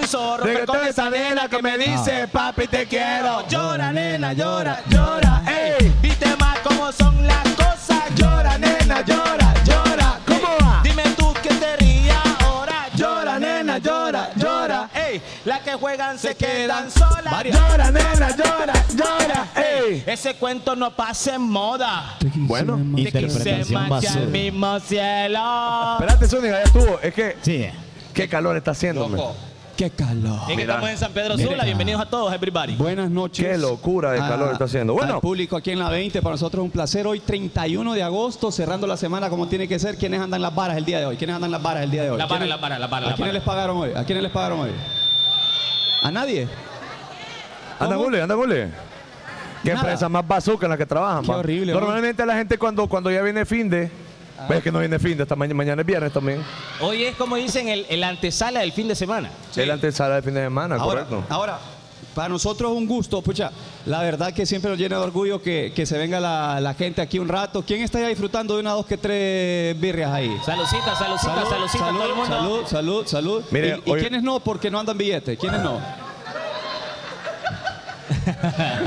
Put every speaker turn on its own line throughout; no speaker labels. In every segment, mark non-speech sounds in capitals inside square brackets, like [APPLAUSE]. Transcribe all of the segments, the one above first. Estoy con esa nena que me dice, papi, te quiero. Llora, nena, llora, llora, ey. Viste más cómo son las cosas. Llora, nena, llora, llora. ¿Cómo va? Dime tú que te rías ahora. Llora, nena, llora, llora, ey. Las que juegan se, quedan solas. Llora, nena, llora, llora, ey. Ese cuento no pasa en moda.
Bueno,
Te quise
Interpretación
marchar
basura.
al mismo cielo.
espérate, Zúñiga, ya estuvo. Es que,
Sí.
qué calor está haciendo, men.
Loco.
Qué calor.
Es que
Mira.
estamos en San Pedro Sula.
Ah, Mira.
Bienvenidos a todos, everybody.
Buenas noches.
Qué locura
Ah,
de calor está haciendo. Bueno.
al público aquí en la 20, para nosotros es un placer. Hoy 31 de agosto, cerrando la semana como tiene que ser. ¿Quiénes andan las varas el día de hoy? ¿Quiénes andan las varas el día de hoy?
La vara,
¿Quiénes-
la vara, la vara,
¿A
la
quiénes
vara.
les pagaron hoy? ¿A quiénes les pagaron hoy? ¿A nadie?
Anda,
¿Cómo?
gole, anda, gole. Qué
Nada.
empresa más bazooka en la que trabajan.
Qué
pa.
horrible,
Normalmente la gente cuando, cuando ya viene fin de.
Ah.
Pues es que no viene fin de, esta mañana, mañana es viernes también.
Hoy es como dicen el, el antesala del fin de semana.
Es la antesala de fin de semana,
Ahora,
correcto.
ahora, para nosotros es un gusto, pucha, la verdad que siempre nos llena de orgullo que, que se venga la, la gente aquí un rato. ¿Quién está ya disfrutando de una, dos, que tres birrias ahí?
Salucita, salucita, salucita a
salud,
todo el mundo.
salud, salud, salud.
Mire,
¿Y, y
hoy-
quiénes no? Porque no andan billetes. ¿Quiénes no?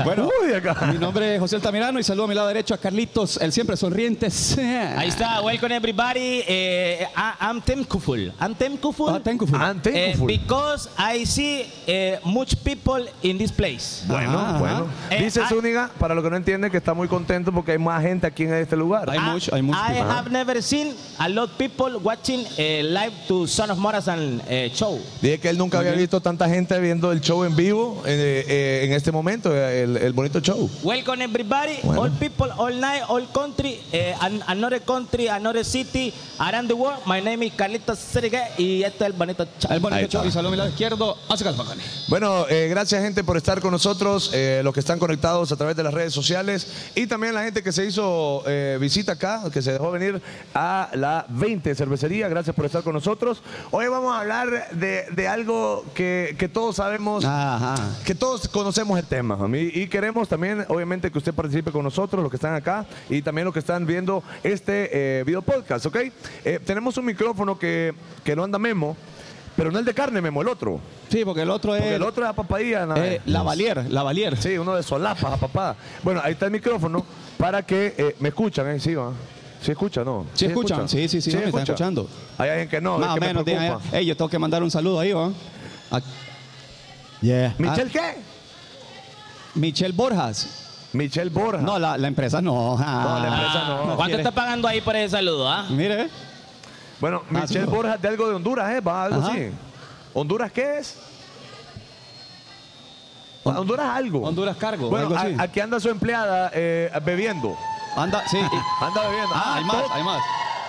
bueno,
Uy,
[LAUGHS]
acá.
mi nombre es José Altamirano y saludo a mi lado derecho a Carlitos, el siempre sonriente.
Ahí
Ah.
está, welcome everybody. Eh, I- I'm thankful. I'm thankful.
Ah, thankful.
I'm
eh,
thankful.
because I see eh, much people in this place.
Bueno,
Ajá, ajá.
bueno.
Eh,
Dice
ah-
Zúñiga, para los que no entienden, que está muy contento porque hay más gente aquí en este lugar.
Hay
I-
much- hay much
Ah, I
people.
have never seen a lot people watching eh, live to Son of Morazan eh, show.
Dije que él nunca había visto tanta gente viendo el show en vivo eh, eh, en este momento, eh, el, el bonito show.
Welcome everybody,
Bueno.
all people, all night, all country, eh, an- another country, another city, around the world. My name is Carlitos Sergue y este es el bonito chavo.
El bonito
Ahí está.
show. y saludo a mi lado izquierdo, Oscar Falcone.
Bueno, eh, gracias gente por estar con nosotros, eh, los que están conectados a través de las redes sociales y también la gente que se hizo eh, visita acá, que se dejó venir a la 20 cervecería. Gracias por estar con nosotros. Hoy vamos a hablar de, de algo que, que todos sabemos.
Ah, Ajá.
que todos conocemos el tema mami, y queremos también obviamente que usted participe con nosotros los que están acá y también los que están viendo este eh, video podcast ok Eh, tenemos un micrófono que, que no anda Memo pero no el de carne Memo el otro
Sí, porque el otro es
porque el otro es a papadilla nada.
eh, la Valier, la Valier.
sí uno de solapas a papá bueno ahí está el micrófono para que eh, me escuchan eh, sí va sí escucha no
Sí escuchan, sí, sí, sí, no, me están escuchando.
hay alguien que no es
Más o
que me
menos. digan,
preocupa.
"Ey, yo tengo que mandar un saludo ahí, ¿va? A eh,
Yeah.
ah.
Michelle qué
Michelle Borjas.
Michelle Borja
No, la, la empresa no.
Ah. No, la empresa
Ah,
no.
¿Cuánto está pagando ahí por ese saludo? ah?
Mire.
Bueno,
Ah,
Michelle
sí.
Borja de algo de Honduras, ¿eh? Va, algo
Ajá.
así. ¿Honduras qué es? Ah, Honduras algo.
Honduras cargo,
Bueno,
algo así.
a- aquí anda su empleada eh, bebiendo.
Anda, sí. y-
Anda bebiendo.
ah, hay más,
to-
hay más.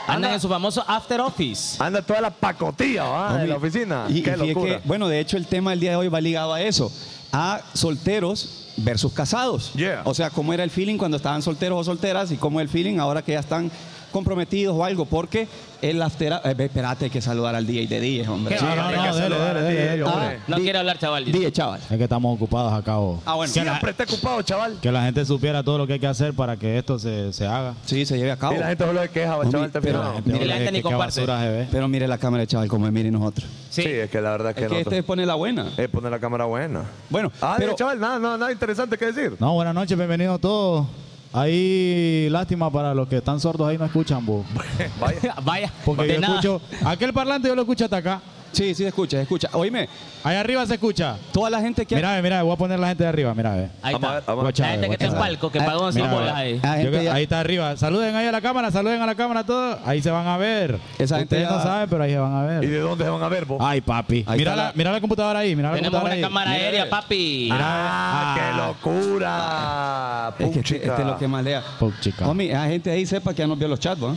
Andan en su famoso after office.
Anda toda la pacotilla ¿va?
Hombre,
Ah, de la oficina.
Y, y
qué
fíjate
locura.
que, bueno, de hecho, el tema del día de hoy va ligado a eso. A solteros versus casados.
Yeah.
O sea, cómo era el feeling cuando estaban solteros o solteras y cómo es el feeling ahora que ya están comprometidos o algo. Porque el after... eh, ve, espérate, hay que saludar al DJ de 10, hombre.
¿Qué? No, no,
Hay que
no,
saludar
dele,
a
dele,
ti,
dele.
hombre.
No quiero hablar, chaval. dice.
DJ, chaval.
Es que estamos ocupados acá. o-
Ah, bueno.
Siempre está ocupado, chaval.
Que la gente supiera todo lo que hay que hacer para que esto se, se haga. Este,
Sí, se lleve a cabo.
Y la gente solo de queja,
Hombre,
chaval, te
pero-
fijas.
Mire, la gente ni
Qué- qué
comparte.
basura se ve.
Pero mire la cámara, chaval, como mire nosotros.
Sí.
Sí, es que la verdad es que,
Es que
nosotros-
este pone la buena.
Eh, pone la cámara buena.
Bueno,
Ah,
pero,
chaval, nada, nada, nada interesante que decir.
No, buenas noches, bienvenidos todos. Ahí, lástima para los que están sordos ahí no escuchan, vos.
Eh.
Vaya.
[LAUGHS] Vaya.
Porque
de
yo
nada.
escucho, aquel parlante yo lo escucho hasta acá.
sí, sí, se escucha, se escucha. Oíme,
Allá arriba se escucha.
toda la gente que...
Mira, ve, mira, ve, voy a poner la gente de arriba, mira. ve.
Ahí
Vamos a
está.
ver, vamos a ver. Ah,
Guacha,
La gente que está en
guacha.
palco, que pagó
Mira,
100 bolas
ve.
ahí.
Ah, La
Yo
gente
que-
ya-
ahí está arriba. Saluden ahí a la cámara, saluden a la cámara todos. Ahí se van a ver.
Esa gente
Ustedes
ya-
no saben, pero ahí se van a
¿Y
ver.
de dónde se van a ver, vos?
Ay, papi.
Ahí
mira,
está
la,
la-
mira la computadora ahí, mira la
Tenemos
computadora
una
ahí.
cámara
Mira,
aérea, papi.
Ah, qué locura.
Es que este,
Puchica.
este es lo que más lea.
Puchica.
Homie, la gente ahí sepa que ya nos vio los chats, ¿va?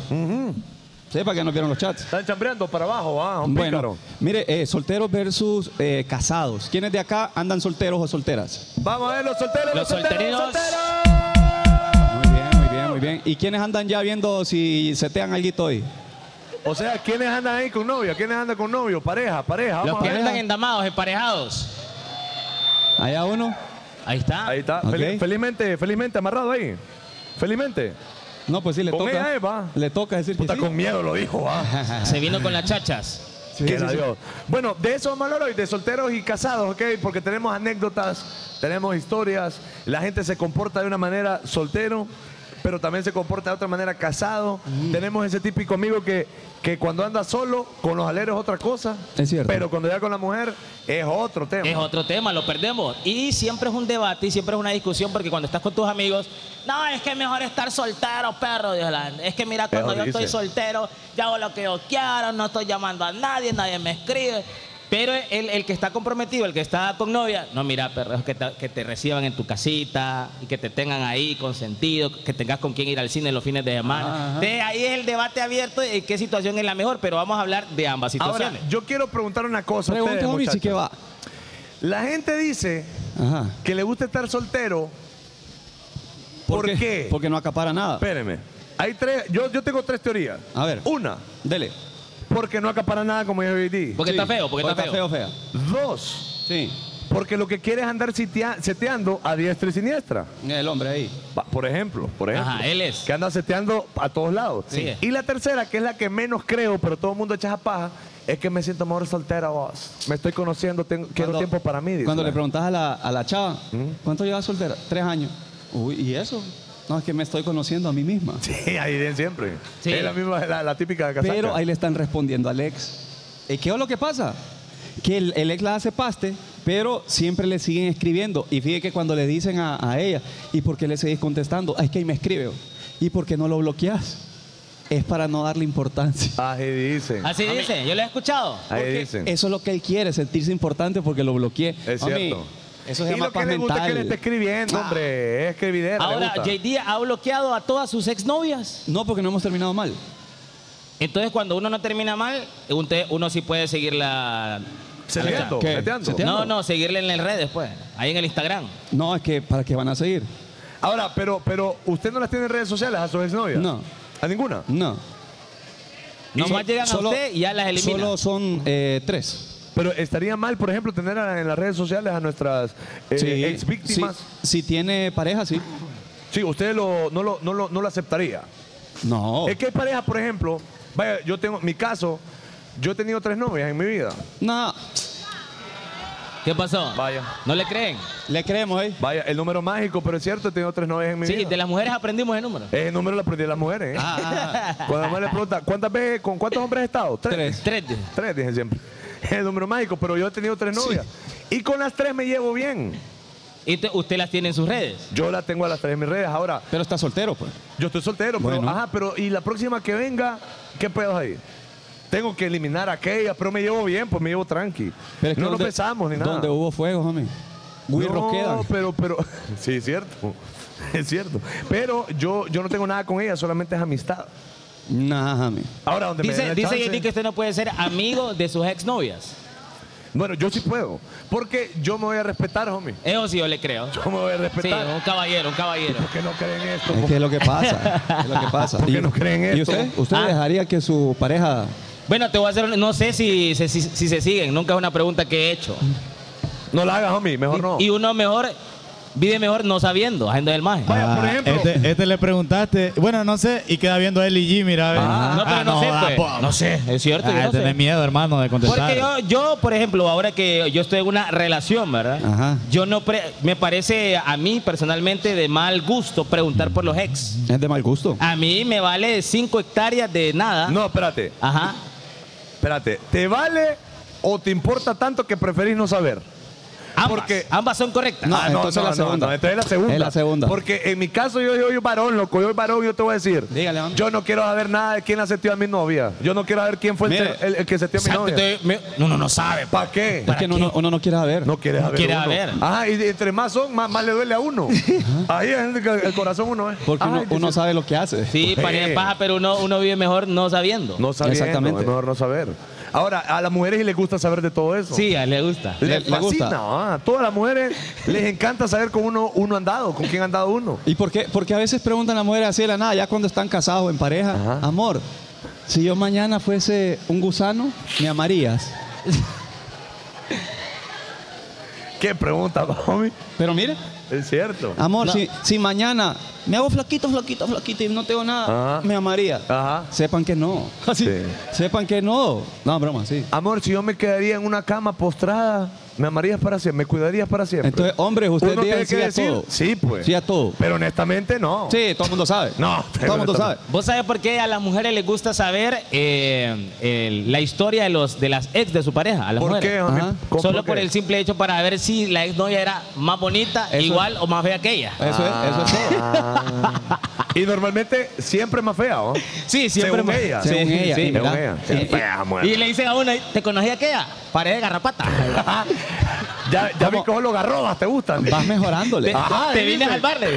Sepa que ya nos vieron los chats.
Están chambreando para abajo, ah, un
Bueno,
pícaro.
mire, eh, solteros versus eh, casados. ¿Quiénes de acá andan solteros o solteras?
Vamos a ver los
Los
solteros, los solteros, los
solterinos.
solteros.
Muy bien, muy bien, muy bien. ¿Y quiénes andan ya viendo si setean alguito hoy?
O sea, ¿quiénes andan ahí con novia? ¿Quiénes andan con novio? Pareja, pareja.
Los
Vamos
que
a ver.
andan endamados, emparejados.
Allá uno.
Ahí está.
Ahí está.
Ok.
Fel- felizmente, felizmente amarrado ahí. Felizmente.
No, pues sí, le
Con
toca.
ella, eh, va.
Le toca decir
Puta,
que sí. [LAUGHS]
con miedo lo dijo, ah.
Se vino con las chachas.
Quiera Dios. Bueno, de eso vamos a hablar hoy, de solteros y casados, ¿ok? Porque tenemos anécdotas, tenemos historias, la gente se comporta de una manera soltero, pero también se comporta de otra manera casado.
Mm.
Tenemos ese típico amigo que, que cuando anda solo, con los aleros es otra cosa.
Es cierto.
Pero cuando ya con la mujer, es otro tema.
Es otro tema, lo perdemos. Y siempre es un debate y siempre es una discusión porque cuando estás con tus amigos, no, es que es mejor estar soltero, perro. Dios la- Es que mira, cuando
Eso
yo estoy
dice.
soltero, yo hago lo que yo quiero, no estoy llamando a nadie, nadie me escribe. Pero el, el que está comprometido, el que está con novia, no, mira, perro, es que te, que te reciban en tu casita y que te tengan ahí consentido, que tengas con quién ir al cine los fines de semana. De ahí es el debate abierto de qué situación es la mejor, pero vamos a hablar de ambas
Ahora,
situaciones.
yo quiero preguntar una cosa. a ustedes,
Pregunta a Michi
muchachos.
que va.
La gente dice
Ajá.
que le gusta estar soltero. ¿Por, qué?
Porque no acapara nada.
Espérenme. Hay tres, yo, yo tengo tres teorías.
A ver.
Una,
Dele.
porque no acapara nada como yo di.
porque
Sí.
está feo, porque está feo.
fea.
Dos,
Sí.
porque lo que quiere es andar sitea- seteando a diestra y siniestra.
El hombre ahí.
Pa- Por ejemplo, por ejemplo.
Ajá, él es.
Que anda seteando a todos lados.
Sí.
Y la tercera, que es la que menos creo, pero todo el mundo echa esa paja, es que me siento mejor soltera vos. Me estoy conociendo, tengo, quiero
Cuando-
tiempo para mí. dice
Cuando
la
le
gente. ¿Mm?
preguntas a la, a la chava, ¿cuánto llevas soltera? Tres años. Uy, ¿y eso? No, es que me estoy conociendo a mí misma.
Sí, [LAUGHS] ahí de siempre.
Sí.
Es la misma, la, la típica casaca.
Pero ahí le están respondiendo al ex. ¿Y ¿Qué es lo que pasa? Que el, el ex la hace paste, pero siempre le siguen escribiendo. Y fíjate que cuando le dicen a, a ella, ¿y por qué le seguís contestando? "Ah, Es que ahí me escribe. ¿Y por qué no lo bloqueas? Es para no darle importancia.
Así dicen.
Así dice, yo lo he escuchado.
Ahí
Ah, Porque
dicen.
Eso es lo que él quiere, sentirse importante porque lo bloqueé.
Es
Mami,
cierto.
Eso se
y lo
llama
que
paz
le gusta es que le esté
mental.
escribiendo, hombre. Es escribidera. le
Ahora,
gusta.
JD ha bloqueado a todas sus exnovias.
No, porque no hemos terminado mal.
Entonces, cuando uno no termina mal, un te- uno sí puede seguirla.
Seteando,
¿Qué?
seteando.
Seteando.
No, no, seguirla en las redes, pues. Ahí en el Instagram.
No, es que ¿para qué van a seguir?
Ahora, pero, pero usted no las tiene en redes sociales a su exnovia.
No.
A ninguna.
No.
Nomás llegan a usted y ya las elimina.
Solo son eh, tres.
Pero estaría mal, por ejemplo, tener a- en las redes sociales a nuestras eh,
Sí.
ex víctimas. Sí,
Sí. Si tiene pareja, sí.
usted lo, no, lo, no, lo, no lo aceptaría.
No.
Es que hay parejas, por ejemplo, vaya, yo tengo, mi caso, yo he tenido tres novias en mi vida.
No.
¿Qué pasó?
Vaya.
¿No le creen?
Le creemos, ¿eh?
Vaya, el número mágico, pero es cierto, he tenido tres novias en mi
Sí,
vida.
de las mujeres aprendimos el número.
Es el número lo aprendí de las mujeres, ¿eh?
Ah, ah, ah.
[LAUGHS] Cuando me le pregunta, ¿cuántas veces, con cuántos hombres he estado?
Tres.
Tres. dice.
Tres, dije siempre. [LAUGHS] Es el número mágico, pero yo he tenido tres novias. Y con las tres me llevo bien.
Y te- usted las tiene en sus redes.
Yo la tengo a las tres en mis redes. Ahora,
Pero está soltero, pues.
yo estoy soltero, pero,
Bueno.
ajá, pero y la próxima que venga, ¿qué pedos hay? Tengo que eliminar aquella, pero me llevo bien, pues me llevo tranqui.
Pero es que
no
donde-
nos besamos ni nada.
Donde hubo fuego, homie. Guirros
no,
quedan.
pero, pero, [LAUGHS] sí, es cierto. [LAUGHS] Es cierto. Pero yo, yo no tengo nada con ella, solamente es amistad.
Nah, homie.
Ahora, donde me den
Dice,
la
dice
chance-
JD que usted no puede ser amigo de sus exnovias.
Bueno, yo sí puedo. Porque yo me voy a respetar, homie.
Eso sí, yo le creo.
Yo me voy a
Sí,
respetar.
un caballero, un caballero.
¿Por qué no creen esto?
Es que es lo
[LAUGHS]
que pasa. Es lo que pasa.
¿Por qué no creen
¿Y
esto?
usted? ¿Usted
Ah.
dejaría que su pareja
Bueno, te voy a hacer. un- No sé si, se- si- si se siguen. Nunca es una pregunta que he hecho.
No la hagas, homie, mejor no.
Y uno mejor vive mejor no sabiendo, agenda del maje.
Vaya, por ejemplo.
Este, este le preguntaste, bueno, no sé, y queda viendo a él y G, mira. a ver.
Ah, no, pero no sé,
ah,
pues.
po-
No sé, es cierto, yo
Ah,
no
tenés
sé.
miedo, hermano, de contestar.
Porque yo, yo, por ejemplo, ahora que yo estoy en una relación, ¿verdad?
Ajá.
Yo no pre- me parece a mí personalmente de mal gusto preguntar por los ex.
es de mal gusto?
A mí me vale 5 hectáreas de nada.
No, espérate,
Ajá.
espérate. ¿Te vale o te importa tanto que preferís no saber? Ah,
Ambas,
Porque-
ambas son correctas.
No, entonces la segunda.
entonces la segunda.
Es la segunda.
Porque en mi caso yo soy varón, loco. Yo soy varón, yo te voy a decir.
Dígale, hombre.
Yo no quiero saber nada de quién aseteó a mi novia. Yo no quiero saber quién fue el,
Mire.
el- el que aseteó a mi
Exacto,
novia.
entonces me- no, no, no sabe. pa.
¿Para qué?
Es que no- no- uno no quiere saber.
No quieres
No
saber.
quiere
uno.
saber.
Ajá, y entre más son, más, más le duele a uno. Ahí es el, que- el corazón uno es.
Porque uno,
Ay,
uno
dice-
sabe lo que hace.
Sí,
Eh.
parece paja, pero uno, uno vive mejor no sabiendo.
No sabiendo,
Exactamente.
es mejor no saber. Ahora, a las mujeres sí les gusta saber de todo eso.
Sí, a él le gusta.
Les
Le- le
fascina.
gusta.
ah, a todas las mujeres les encanta saber con uno uno ha andado, con quién ha andado uno.
¿Y por qué? Porque a veces preguntan a las mujeres así de la nada, ya cuando están casados o en pareja,
Ajá.
amor, si yo mañana fuese un gusano, me amarías.
¿Qué pregunta, mami?
Pero mire,
Es cierto.
Amor,
No.
si, si mañana me hago flaquito, flaquito, flaquito y no tengo nada,
Ajá.
me amaría.
Ajá.
Sepan que no. Así.
Ah. [LAUGHS] Sí.
Sepan que no. No, broma, sí.
Amor, si yo me quedaría en una cama postrada, me amarías para siempre, me cuidarías para siempre.
Entonces, hombres, ustedes
Uno
digan
tiene
sí
que
a
decir,
todo.
sí, pues.
Sí a todo.
Pero honestamente no.
Sí, todo el mundo sabe.
No,
Todo el mundo sabe.
¿Vos sabés por qué a las mujeres les gusta saber eh, el- la historia de, los, de las ex de su pareja? A las
¿Por
mujeres.
qué, homie?
Ajá.
¿Cómo-
Solo por
qué?
el simple hecho para ver si la ex novia era más bonita,
Eso es.
igual o más fea que ella.
Eh,
Eso es, eso es todo.
Ah. [LAUGHS] Y normalmente siempre más fea, ¿o?
Sí, siempre
Según
más-
ella.
sí,
Según ella,
sí.
y mira.
Según ella.
Sí.
Sí, fea, mujer.
Y le dicen a uno, ¿te conocí aquella? Pared de garrapata.
Ya, ya vi que los garrobas te gustan.
Vas mejorándole.
[LAUGHS] Te,
Ajá,
te
ahí
vine a
dice.
salvarle.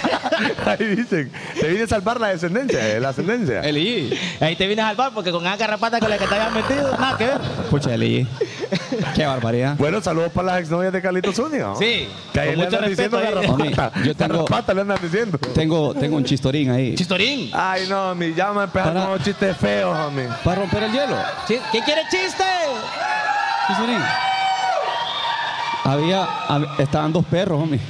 [LAUGHS] Ahí dicen, te viene a salvar la descendencia, eh, la ascendencia.
El I.
Ahí te vine a salvar porque con esa garrapata con la que te habías metido, nada que ver.
Pucha, el
[LAUGHS]
I. Qué barbaridad.
Bueno, saludos para las exnovias de Carlitos Zúñiga. ¿no?
Sí,
Que ahí
con
le
mucho
andan diciendo
respeto ahí.
garrapata.
Homie, yo tengo-
Garrapata le andan diciendo.
Tengo, tengo un chistorín ahí.
Chistorín.
Ay, no, mi, ya me empezaron
Para-
con los chistes feos, homie.
¿Para romper el hielo?
Chi- ¿Qué quiere chiste?
Chistorín. Había, hab- estaban dos perros, homie.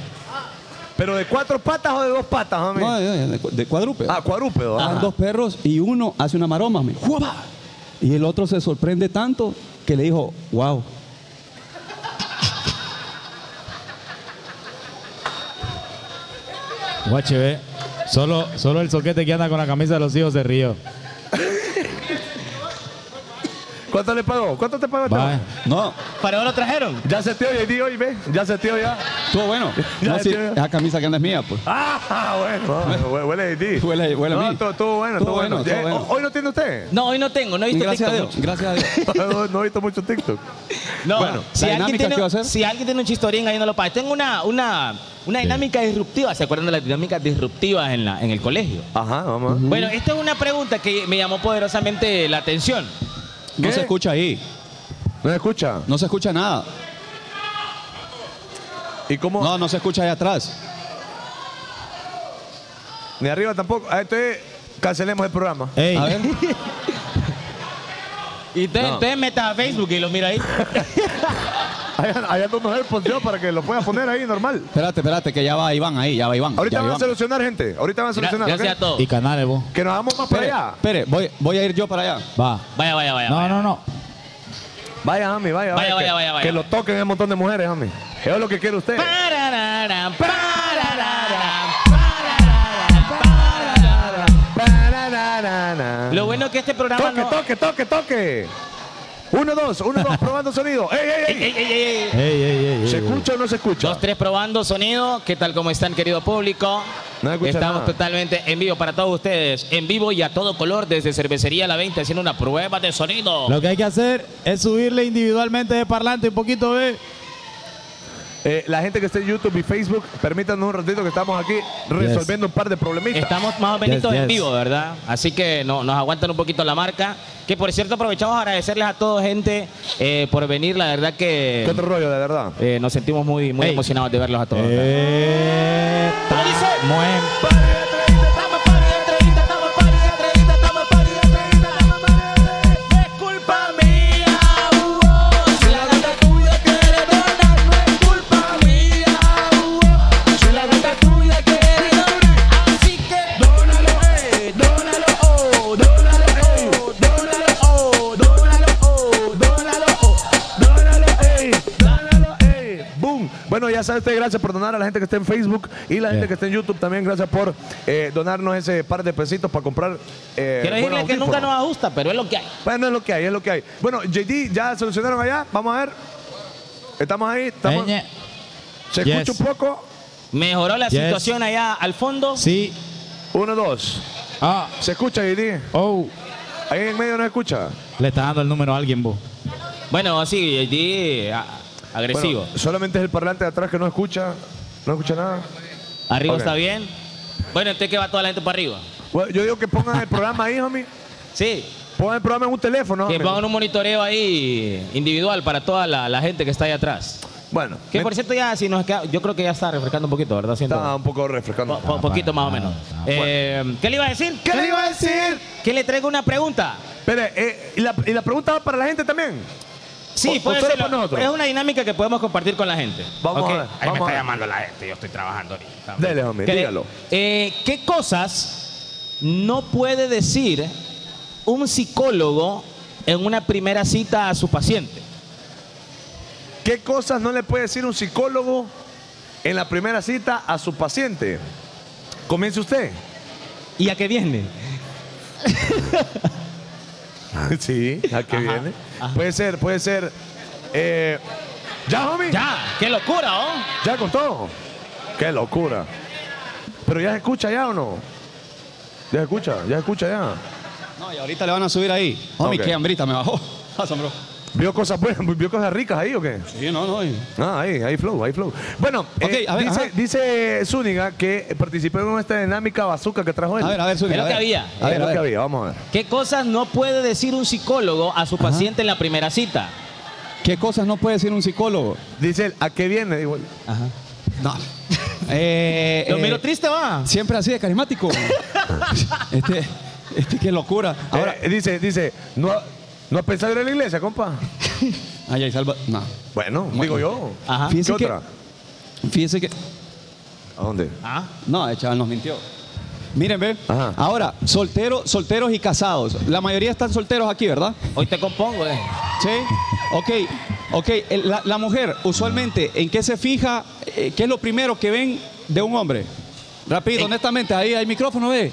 ¿Pero de cuatro patas o de dos patas, homie?
No, de, de- de cuadrúpedo.
ah, cuadrúpedo. ah.
Estaban dos perros y uno hace una maroma, homie. ¡Juapa! Y el otro se sorprende tanto que le dijo, wow.
Guache, ve. Solo, solo el soquete que anda con la camisa de los hijos se rió.
¿Cuánto le pagó? ¿Cuánto te pagó? este
Va.
homie?
No,
¿Para vos lo trajeron?
Ya se te oye, di hoy, ve. Ya se te oye. ah. ya.
estuvo bueno.
Ya,
No, sí,
tío.
esa camisa que anda es mía, pues.
Ah, [LAUGHS] bueno. Hue- Huele de ti.
Huele- huele a
no,
mí.
todo- todo bueno,
Todo
todo bueno.
bueno, todo
Ya-
bueno.
¿Hoy no tiene usted? [LAUGHS]
No, hoy no tengo, no he visto
Gracias a
TikTok
Dios,
mucho.
gracias a Dios.
no, no he visto mucho TikTok.
No,
Bueno,
si,
¿la
alguien
dinámica
tiene,
qué va a ser?
si alguien tiene un chistorín ahí no lo paga. Tengo una, una, una dinámica disruptiva. ¿Se acuerdan de las dinámicas disruptivas en, la, en el colegio?
Ajá, vamos.
Bueno, esta es una pregunta que me llamó poderosamente la atención.
[LAUGHS]
No
¿Qué?
se escucha ahí,
¿No se escucha?
no se escucha nada.
¿Y cómo?
No, no se escucha ahí atrás.
Ni arriba tampoco. Ah, Entonces, cancelemos el programa. [LAUGHS]
Ey,
A ver,
Y entonces, entonces metas a Facebook y lo mira
[LAUGHS]
ahí.
Allá, allá tú nos para que lo puedas poner ahí normal.
espérate, espérate, que ya va Iván ahí, ya va Iván.
Ahorita
ya
van
va
a
Iván.
solucionar, gente. Ahorita van a
Gra-
solucionar.
gracias
¿ok?
a todos.
y canales, vos.
Que nos vamos más para
Espere,
allá.
espere, voy, voy a ir yo para allá.
Va.
Vaya, vaya, vaya.
No,
vaya.
no, no.
Vaya, Ami, vaya.
Vaya, vaya,
que,
vaya, vaya.
Que lo toquen un montón de mujeres, Ami. Eso es lo que quiere usted.
Parararán, parararán, parararán, parararán.
Parararana.
Lo bueno es que este programa
Toque,
no...
toque, toque, toque. Uno, dos, uno, dos, probando sonido. ¡Ey, ey,
Ey,
ey!
ey, ey, ey, ey.
Ey, ey, ey, ey,
¿Se
ey.
escucha o no se escucha?
Dos, tres probando sonido. ¿Qué tal como están, querido público?
No escucha
Estamos
nada.
totalmente en vivo para todos ustedes. En vivo y a todo color desde Cervecería La 20 haciendo una prueba de sonido.
Lo que hay que hacer es subirle individualmente de parlante un poquito, ve.
Eh, la gente que esté en YouTube y Facebook, permítanos un ratito que estamos aquí resolviendo un par de problemitas.
Estamos más o menos
Yes,
en
yes.
vivo, ¿verdad? Así que no, nos aguantan un poquito la marca. Que por cierto aprovechamos a agradecerles a toda gente eh, por venir. La verdad
¿Qué
que
otro rollo, de verdad?
eh, nos sentimos muy, muy
Ey.
emocionados de verlos a todos.
Eh, muen.
¡Ey! ¡Boom! Bueno, ya sabes, usted, gracias por donar a la gente que está en Facebook y la gente
Bien.
que está en YouTube también. Gracias por eh, donarnos ese par de pesitos para comprar. Eh,
Quiero
buenos
decirles que nunca
audífonos.
nos ajusta, pero es lo que hay.
Bueno, es lo que hay, es lo que hay. Bueno, JD, ya solucionaron allá. Vamos a ver. Estamos ahí. Estamos,
Eñe.
se
Yes.
escucha un poco.
Mejoró la
Yes.
situación allá al fondo.
Sí.
Uno, dos.
Ah.
Se escucha, JD.
Oh.
Ahí en medio no se escucha.
Le está dando el número a alguien, vos.
Bueno, sí, JD, a-
Bueno,
agresivo.
solamente es el parlante de atrás que no escucha. No escucha nada.
arriba
ok.
está bien. Bueno, entonces que va toda la gente para arriba.
Bueno, yo digo que pongan el programa ahí, homie.
Sí,
Pongan el programa en un teléfono.
que
homie.
pongan un monitoreo ahí individual para toda la, la gente que está ahí atrás.
Bueno,
Que
me-
por cierto ya si nos queda, yo creo que ya está refrescando un poquito, ¿verdad? Siento-
está un poco refrescando.
po- po- poquito más o menos. Eh, ¿Qué le iba a decir?
¿Qué le iba a decir?
Que le traigo una pregunta.
Espere, eh, ¿y, la, y la pregunta va para la gente también?
Sí,
O-
puede
usted lo
ser.
pone otro.
Es una dinámica que podemos compartir con la gente.
Vamos
Ok.
a ver,
Ahí
vamos
me
a ver.
está llamando la gente, yo estoy trabajando ahorita.
Dele, homie,
¿Qué-
dígalo.
eh, ¿Qué cosas no puede decir un psicólogo en una primera cita a su paciente?
¿Qué cosas no le puede decir un psicólogo en la primera cita a su paciente? Comience usted.
¿Y a qué viene?
Ah, sí, ¿a qué viene?
ajá.
Puede ser, puede ser. eh, ya, homie.
Ya, qué locura, ¿oh?
Ya con todo. Qué locura. Pero ya se escucha ya o no? Ya se escucha, ya se escucha ya.
No, y ahorita le van a subir ahí. Homie,
Ok.
qué hambrita me bajó. [LAUGHS] Asombró.
¿Vio cosas buenas, [LAUGHS] vio cosas ricas ahí o qué?
Sí, no, no. y-
Ah, ahí, ahí flow, ahí flow. Bueno, eh,
Ok, a ver,
dice,
ajá.
dice Zúñiga que participó en esta dinámica bazooka que trajo él.
A ver, a ver, sube.
Es lo
a
que
ver.
había.
es
A ver,
lo
a
que
ver.
había, vamos a ver.
¿Qué cosas no puede decir un psicólogo a su paciente en la primera cita?
¿Qué cosas no puede decir un psicólogo?
Dice él, ¿a qué viene? Digo,
No. eh,
Lo
eh,
miro triste, va.
Siempre así de carismático. este, este, qué locura. Ahora,
Ahora, eh, dice, dice, ¿no, ha- ¿no has pensado ir a la iglesia, compa?
ay, ay, salva. No.
Bueno, digo yo.
Ajá.
¿Qué
Fíjese que-
otra?
Fíjese que.
¿A dónde?
Ah,
No, el chaval nos mintió. Miren, ve.
Ajá.
Ahora, solteros, solteros y casados. La mayoría están solteros aquí, ¿verdad?
hoy te compongo, eh.
Sí. Ok, ok. El- La, la mujer, usualmente, ¿en qué se fija? Eh, ¿Qué es lo primero que ven de un hombre? Rápido,
En-
honestamente, ahí hay micrófono, ve.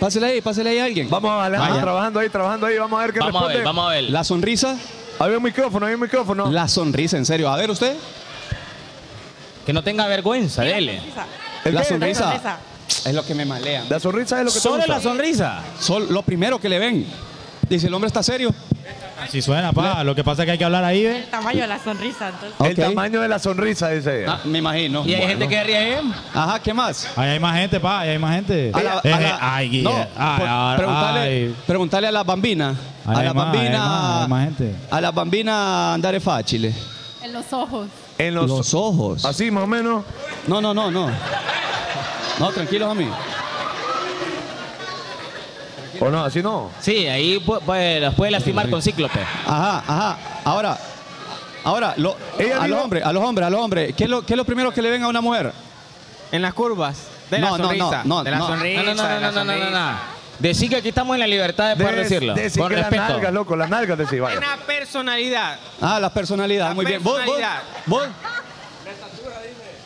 Pásele ahí, pásele ahí a alguien.
Vamos a Alejandro,
Vaya.
trabajando ahí, trabajando ahí, vamos a ver qué
Vamos a
responde.
ver, vamos a ver.
La sonrisa,
Había un micrófono, había un micrófono.
la sonrisa, en serio. A ver, usted.
Que no tenga vergüenza, dele.
¿El
La
qué?
sonrisa.
sonrisa.
Es lo que me malea.
La sonrisa es lo que te
Solo
gusta.
la sonrisa.
Son lo primero que le ven. Dice, el hombre está serio.
Si suena, pa. Lo que pasa es que hay que hablar ahí, ¿eh?
El tamaño de la sonrisa, entonces.
El
Ok.
tamaño de la sonrisa, dice ella.
Ah, me imagino.
Y hay gente que ríe bien.
Ajá, ¿qué más?
Ahí hay más gente, pa. Ahí hay más gente.
A la- a
Eh,
la-
eh, ay,
no,
Guille, ay,
por-
ahora,
preguntale,
ay.
preguntale a las bambinas.
Ahí
A
hay
las
más, ahí hay más, ahí
bambinas.
hay más gente.
A las bambinas andare fácil.
En los ojos.
En los,
Los ojos.
Así, más o menos.
No, no, no, no. No, tranquilos, mí.
O no, así no.
Sí, ahí pu- puede- los puede lastimar con cíclope.
Ajá, ajá. Ahora, ahora, lo-
Ella
a los
dijo-
hombres, a los hombres, a los hombres. ¿Qué es lo, qué es lo primero que le ven a una mujer?
En las curvas. De
No,
la
no, no,
sonrisa.
no,
de la
no.
sonrisa.
No, no, no,
de la
no, no, no, no,
sonrisa.
no. Decir que aquí estamos en la libertad de poder
Des-
decirlo.
decir
con
que las
respeto. Ah.
nalgas, loco, las nalgas decís, vaya.
[LAUGHS]
Buena personalidad.
Ah, la personalidad.
La
Muy bien. ¿Vos, vos,
personalidad.
vos?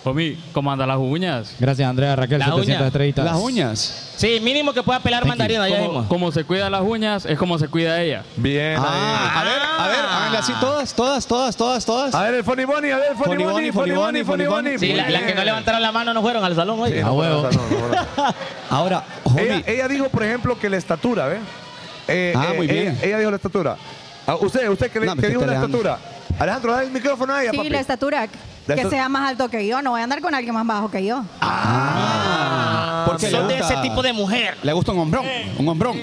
Homie, ¿cómo andan las uñas?
Gracias, Andrea Raquel,
La uña.
730.
Las uñas.
Sí, mínimo que pueda pelar mandarina, ya
Como,
vimos.
como se cuida las uñas, es como se cuida ella.
Bien.
Ah, a ver, a ver, háganle así todas, todas, todas, todas, todas.
ahí. A ver el Funny Bunny, a ver el Funny
Funny
Bunny,
Bunny,
Funny Bunny, Funny Bunny.
Sí, la-
Muy
las que no
bien.
levantaron la mano no fueron al salón hoy.
Sí, no,
A huevo.
no, no, no, no.
[LAUGHS] Ahora, homie,
Ella, ella dijo, por ejemplo, que la estatura, ¿ves? Eh,
Ah,
eh,
muy bien.
Ella, ella dijo la estatura. Ah, usted, usted que, le-
No,
que
me
dijo la
estoy peleando.
estatura. Alejandro, dale el micrófono a ella,
Sí,
papi.
la estatura.
La
que
estu-
sea más alto que yo. No voy a andar con alguien más bajo que yo.
porque
Son
le
de
gusta-
ese tipo de mujer.
Le gusta un hombrón, un hombrón.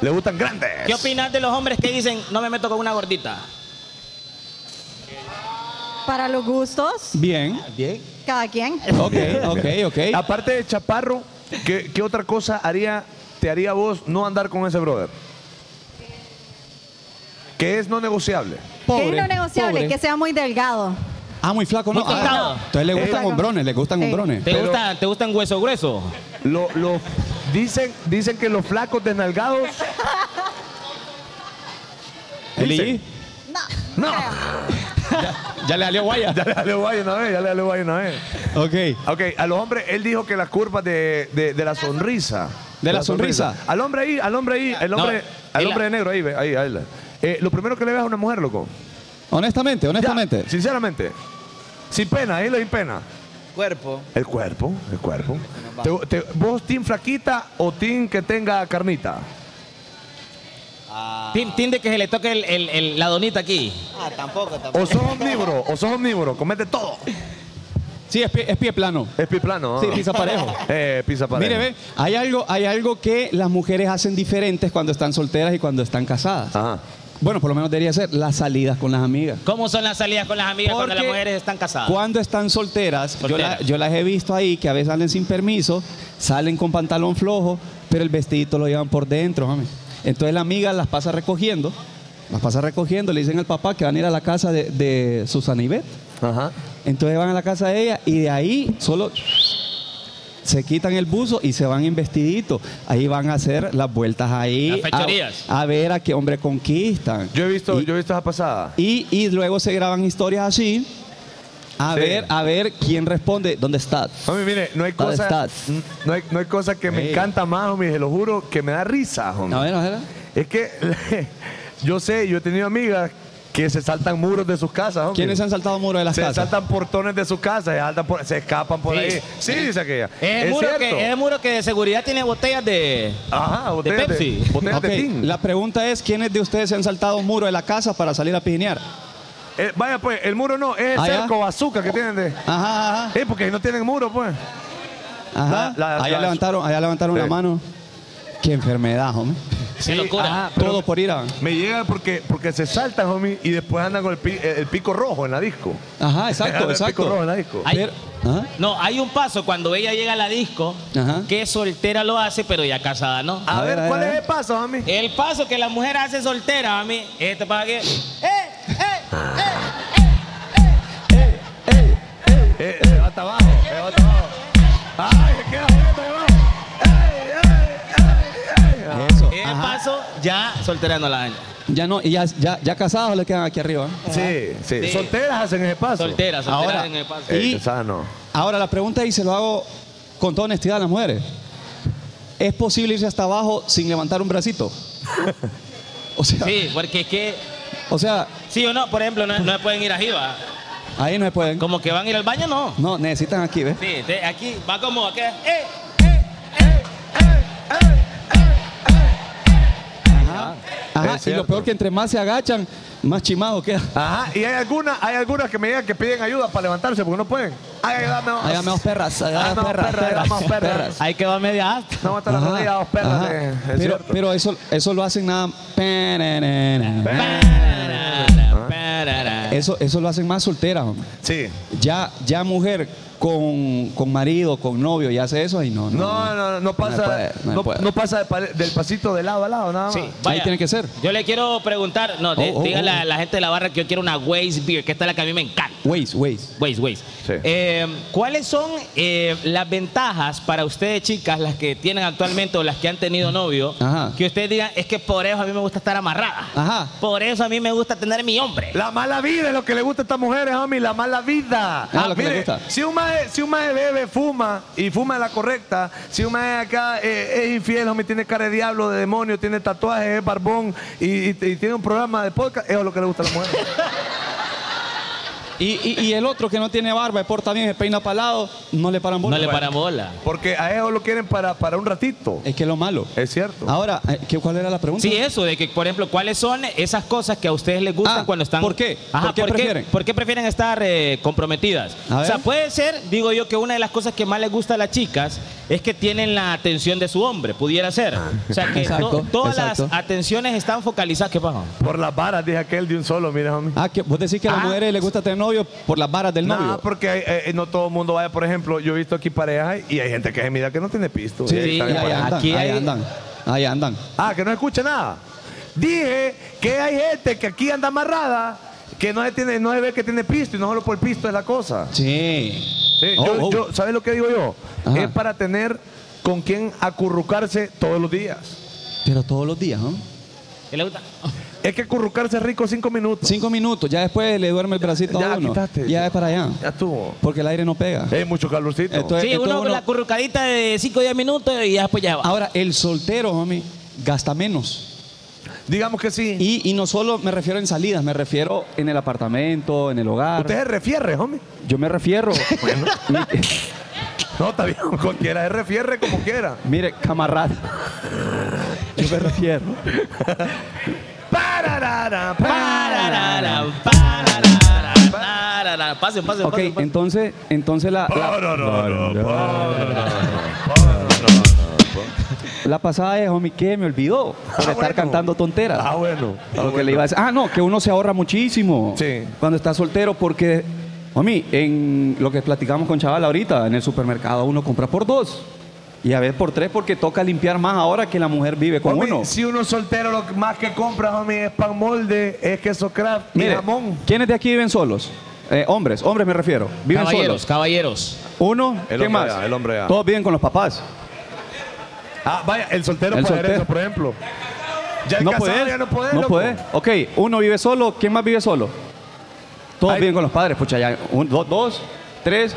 Le gustan grandes.
¿Qué opinas de los hombres que dicen no me meto con una gordita?
Para los gustos,
Bien.
Bien.
cada quien.
Ok, ok, ok.
[LAUGHS] Aparte de chaparro, ¿qué, qué otra cosa haría, te haría vos no andar con ese brother? Que es no negociable.
que es no negociable,
pobre.
que sea muy delgado.
Ah, muy flaco, no.
Muy
Ah,
tostado.
entonces le gustan
Eh.
hombrones, le gustan
Eh.
hombrones.
¿Te,
Pero-
gusta, ¿Te gustan hueso grueso?
Lo, lo- dicen, dicen que los flacos desnalgados.
Eli,
No,
ya le salió guaya.
[LAUGHS] ya le dale guay una vez, ya le dale guay una vez.
[LAUGHS] Ok.
Ok, a los hombres, él dijo que las curvas de, de- de la sonrisa.
De la sonrisa.
Al hombre ahí, al hombre ahí, el
No,
hombre, al
él-
hombre de negro ahí, ve, ahí, ahí. Eh, lo primero que le ves a una mujer, loco.
Honestamente,
Ya,
honestamente.
sinceramente. Sin pena, ahí lo sin pena.
Cuerpo.
El cuerpo, el cuerpo. Te- te- ¿Vos, team flaquita o team que tenga carnita?
Tin- Tinde que se le toque el- el- el- la donita aquí.
Ah, tampoco, tampoco.
¿O sos omnívoro? ¿O sos omnívoro? Comete todo.
Sí, es pie, es pie plano.
Es piplano. ¿ah?
Sí, pisa parejo.
Eh, pisa parejo.
Mire, ve, hay algo, hay algo que las mujeres hacen diferentes cuando están solteras y cuando están casadas.
Ajá.
Bueno, por lo menos debería ser las salidas con las amigas.
¿Cómo son las salidas con las amigas cuando las
Porque
mujeres están casadas?
Cuando están solteras, yo, la-
Solteras.
yo las he visto ahí que a veces salen sin permiso, salen con pantalón flojo, pero el vestidito lo llevan por dentro, mami. Entonces la amiga las pasa recogiendo Las pasa recogiendo, le dicen al papá que van a ir a la casa de, de Susana Ivette.
Ajá.
Entonces van a la casa de ella y de ahí solo se quitan el buzo y se van en vestidito. Ahí van a hacer las vueltas ahí.
Las fechorías.
A, a ver a qué hombre conquistan.
Yo he visto,
Y-
yo he visto esa pasada.
y, y luego se graban historias así.
Sí. Ah,
A ver, a ver quién responde. ¿Dónde estás?
Homie, mire, no hay
¿Dónde
cosa,
estás?
no hay, no hay cosa que me
Ey.
encanta más, homie, se lo juro, que me da risa, homie.
A ver, a ver.
Es que [LAUGHS] yo sé, yo he tenido amigas que se saltan muros de sus casas, homie.
¿Quiénes han saltado muro de las
se
casas?
saltan portones de sus casas, se, saltan por- se escapan por
Sí.
ahí. Sí, dice aquella.
Es el, muro
cierto.
que, es el muro que de seguridad tiene botellas de.
Ajá, botellas de,
Pepsi.
botellas
Ok,
de tin.
La pregunta es, ¿quiénes de ustedes se han saltado muro de la casa para salir a pijinear?
Eh, vaya, pues, el muro no, es el
Ah, ya.
cerco bazooka que tienen de.
Ajá, ajá,
Eh, porque no tienen muro, pues.
ajá.
La- la-
allá
la-
levantaron, allá levantaron
Sí.
la mano. Qué enfermedad, hombre.
Qué locura.
Todo por ir a...
Me llega porque, porque se saltan, homie, y después andan con el, pi- el- el pico rojo en la disco. [LAUGHS]
Ajá, exacto,
El pico rojo en
exacto.
la disco.
Ay.
Pero- ¿ah? ajá.
No, hay un paso cuando ella llega a la disco
Ajá.
que soltera lo hace, pero ya casada no.
A,
A
ver,
ver, a
¿cuál
ver, a
es
ver. Eh,
el paso, homie?
El paso que la mujer hace soltera, a mí, este para que.
Eh, se va hasta abajo, se va hasta abajo. Ay, se queda jodiendo ahí abajo.
Eso.
El
ajá.
paso ya soltera no la daña.
Ya no, y ya, ya, ya casados le quedan aquí arriba.
Sí, sí,
Sí.
Solteras hacen ese paso.
Soltera, soltera
Ahora,
en el paso.
Eh,
Y-
esa no.
Ahora la pregunta y se lo hago con toda honestidad a las mujeres. ¿Es posible irse hasta abajo sin levantar un bracito? [LAUGHS] O sea,
Sí, porque es que.
o sea,
Sí o no, por ejemplo, no, no pueden ir arriba.
ahí no se pueden.
Como que van a ir al baño, no.
No, necesitan aquí, ¿ves?
Sí, te- aquí va como acá. ¡Eh!
Ajá,
Es
y
cierto.
lo peor que entre más se agachan, más chimado queda.
Ajá, y hay algunas, hay algunas que me llegan que piden ayuda para levantarse porque no pueden. Ay, ayúdame.
Ahí dame dos perras, ahí
Ay,
dame
Ah, no,
dos perras,
perra, dame
perras,
dos perras.
perras.
Ahí quedó a media asta.
No hasta las
Ajá,
rodillas, dos perras.
ajá.
de- es
pero
cierto.
pero eso, eso lo hacen nada. eh. Eso, eso lo hacen más solteras. hombre.
Sí.
Ya, ya mujer con, con marido, con novio, ya hace eso y no.
No, no, no, no
No
pasa,
puede, no
no,
puede.
no pasa de pa- del pasito de lado a lado, nada más.
Sí,
Ahí
vaya.
tiene que ser.
Yo le quiero preguntar, no, de-
Oh, oh,
dígale
oh.
a la gente de la barra que yo quiero una Waze Beer, que esta es la que a mí me encanta.
Waze, Waze.
Waze, Waze.
Sí.
Eh, ¿Cuáles son eh, las ventajas para ustedes, chicas, las que tienen actualmente o las que han tenido novio,
Ajá.
que ustedes digan, es que por eso a mí me gusta estar amarrada?
Ajá.
Por eso a mí me gusta tener mi hombre.
La mala vida es lo que le gusta a estas mujeres, homie, la mala vida.
Ah, lo que le gusta.
Si un maje, si un maje bebe, fuma, y fuma la correcta, si un maje acá eh, es infiel, homie, tiene cara de diablo, de demonio, tiene tatuajes, es barbón, y, y- y tiene un programa de podcast, eso es lo que le gusta a
[LAUGHS]
las mujeres.
Y, y- y el otro que no tiene barba, porta bien, se peina palado, no le paran bola.
No le paran bola.
Porque a eso lo quieren para, para un ratito.
Es que es lo malo.
Es cierto.
Ahora, eh, ¿qué- ¿cuál era la pregunta?
Sí, eso, de que, por ejemplo, ¿cuáles son esas cosas que a ustedes les gustan
Ah,
cuando están.
¿por qué?
Ajá,
¿Por qué prefieren?
por qué prefieren estar eh, comprometidas?
A
O sea,
ver.
puede ser, digo yo, que una de las cosas que más les gusta a las chicas es que tienen la atención de su hombre, pudiera ser. O sea, que to-
Exacto,
todas las
exacto.
atenciones están focalizadas. ¿Qué pasa?
Por las varas, dije aquel de un solo, mira, homie.
Ah, que vos decís que a las
Ah.
mujeres les gusta tener novio por las varas del
No,
novio.
porque eh, eh, no todo el mundo vaya, por ejemplo, yo he visto aquí parejas y hay gente que se mira que no tiene pisto.
Sí,
Y ahí
y
están
ahí
en pareja.
andan,
aquí
ahí
hay-
andan. Ahí andan.
Ah, que no escucha nada. Dije que hay gente que aquí anda amarrada, que no se, tiene, no se ve que tiene pisto y no solo por el pisto es la cosa.
Sí.
Sí,
Oh,
yo-
oh.
yo- ¿Sabes lo que digo yo?
Ajá.
Es para tener con quien acurrucarse todos los días.
Pero todos los días, ¿no?
¿Qué le gusta?
Es que acurrucarse es rico cinco minutos.
Cinco minutos, ya después le duerme el bracito
Ya
a uno.
quitaste.
Ya es para allá.
Ya Eh. estuvo.
Porque el aire no pega.
Es mucho calorcito.
Entonces-
Sí, uno
entonces
con la currucadita de 5 o 10 minutos y ya después ya va.
Ahora, el soltero, homie, gasta menos.
Digamos que sí.
Y, y no solo me refiero en salidas, me refiero en el apartamento, en el hogar.
Usted se refierre, homie.
Yo
[LAUGHS]
me refiero.
No, está bien. [LAUGHS] Cualquiera se refierre como quiera.
Mire, camarada. Yo me refiero.
Pararara,
Pararara, pararara, pararara. Pasen, pasen,
Ok,
pasen, pasen.
entonces, entonces la, la,
pararara, pararara.
la pasada es, homie, que me olvidó por estar
Ah, bueno.
cantando tonteras.
Ah, bueno.
Lo que le iba a decir. Ah, no, que uno se ahorra muchísimo
Sí.
cuando está soltero porque, homie, en lo que platicamos con Chaval ahorita, en el supermercado uno compra por dos. Y a veces por tres porque toca limpiar más ahora que la mujer vive con
Homie,
uno.
Si uno es soltero, lo más que compra, homie, es pan molde, es queso craft y
Mire,
jamón.
¿quiénes de aquí viven solos? Eh, hombres, hombres me refiero. Viven
Caballeros,
solos.
caballeros.
Uno,
El hombre
¿quién más?
ya, el hombre ya.
Todos viven con los papás.
Ah, vaya, el soltero
El
puede hacer
soltero.
eso, por ejemplo. Ya el
no
casado
podés.
ya no puede,
No
loco.
podés. Ok, uno vive solo. ¿Quién más vive solo? Todos
Ay.
viven con los padres. Pucha, ya. un- do- dos, tres,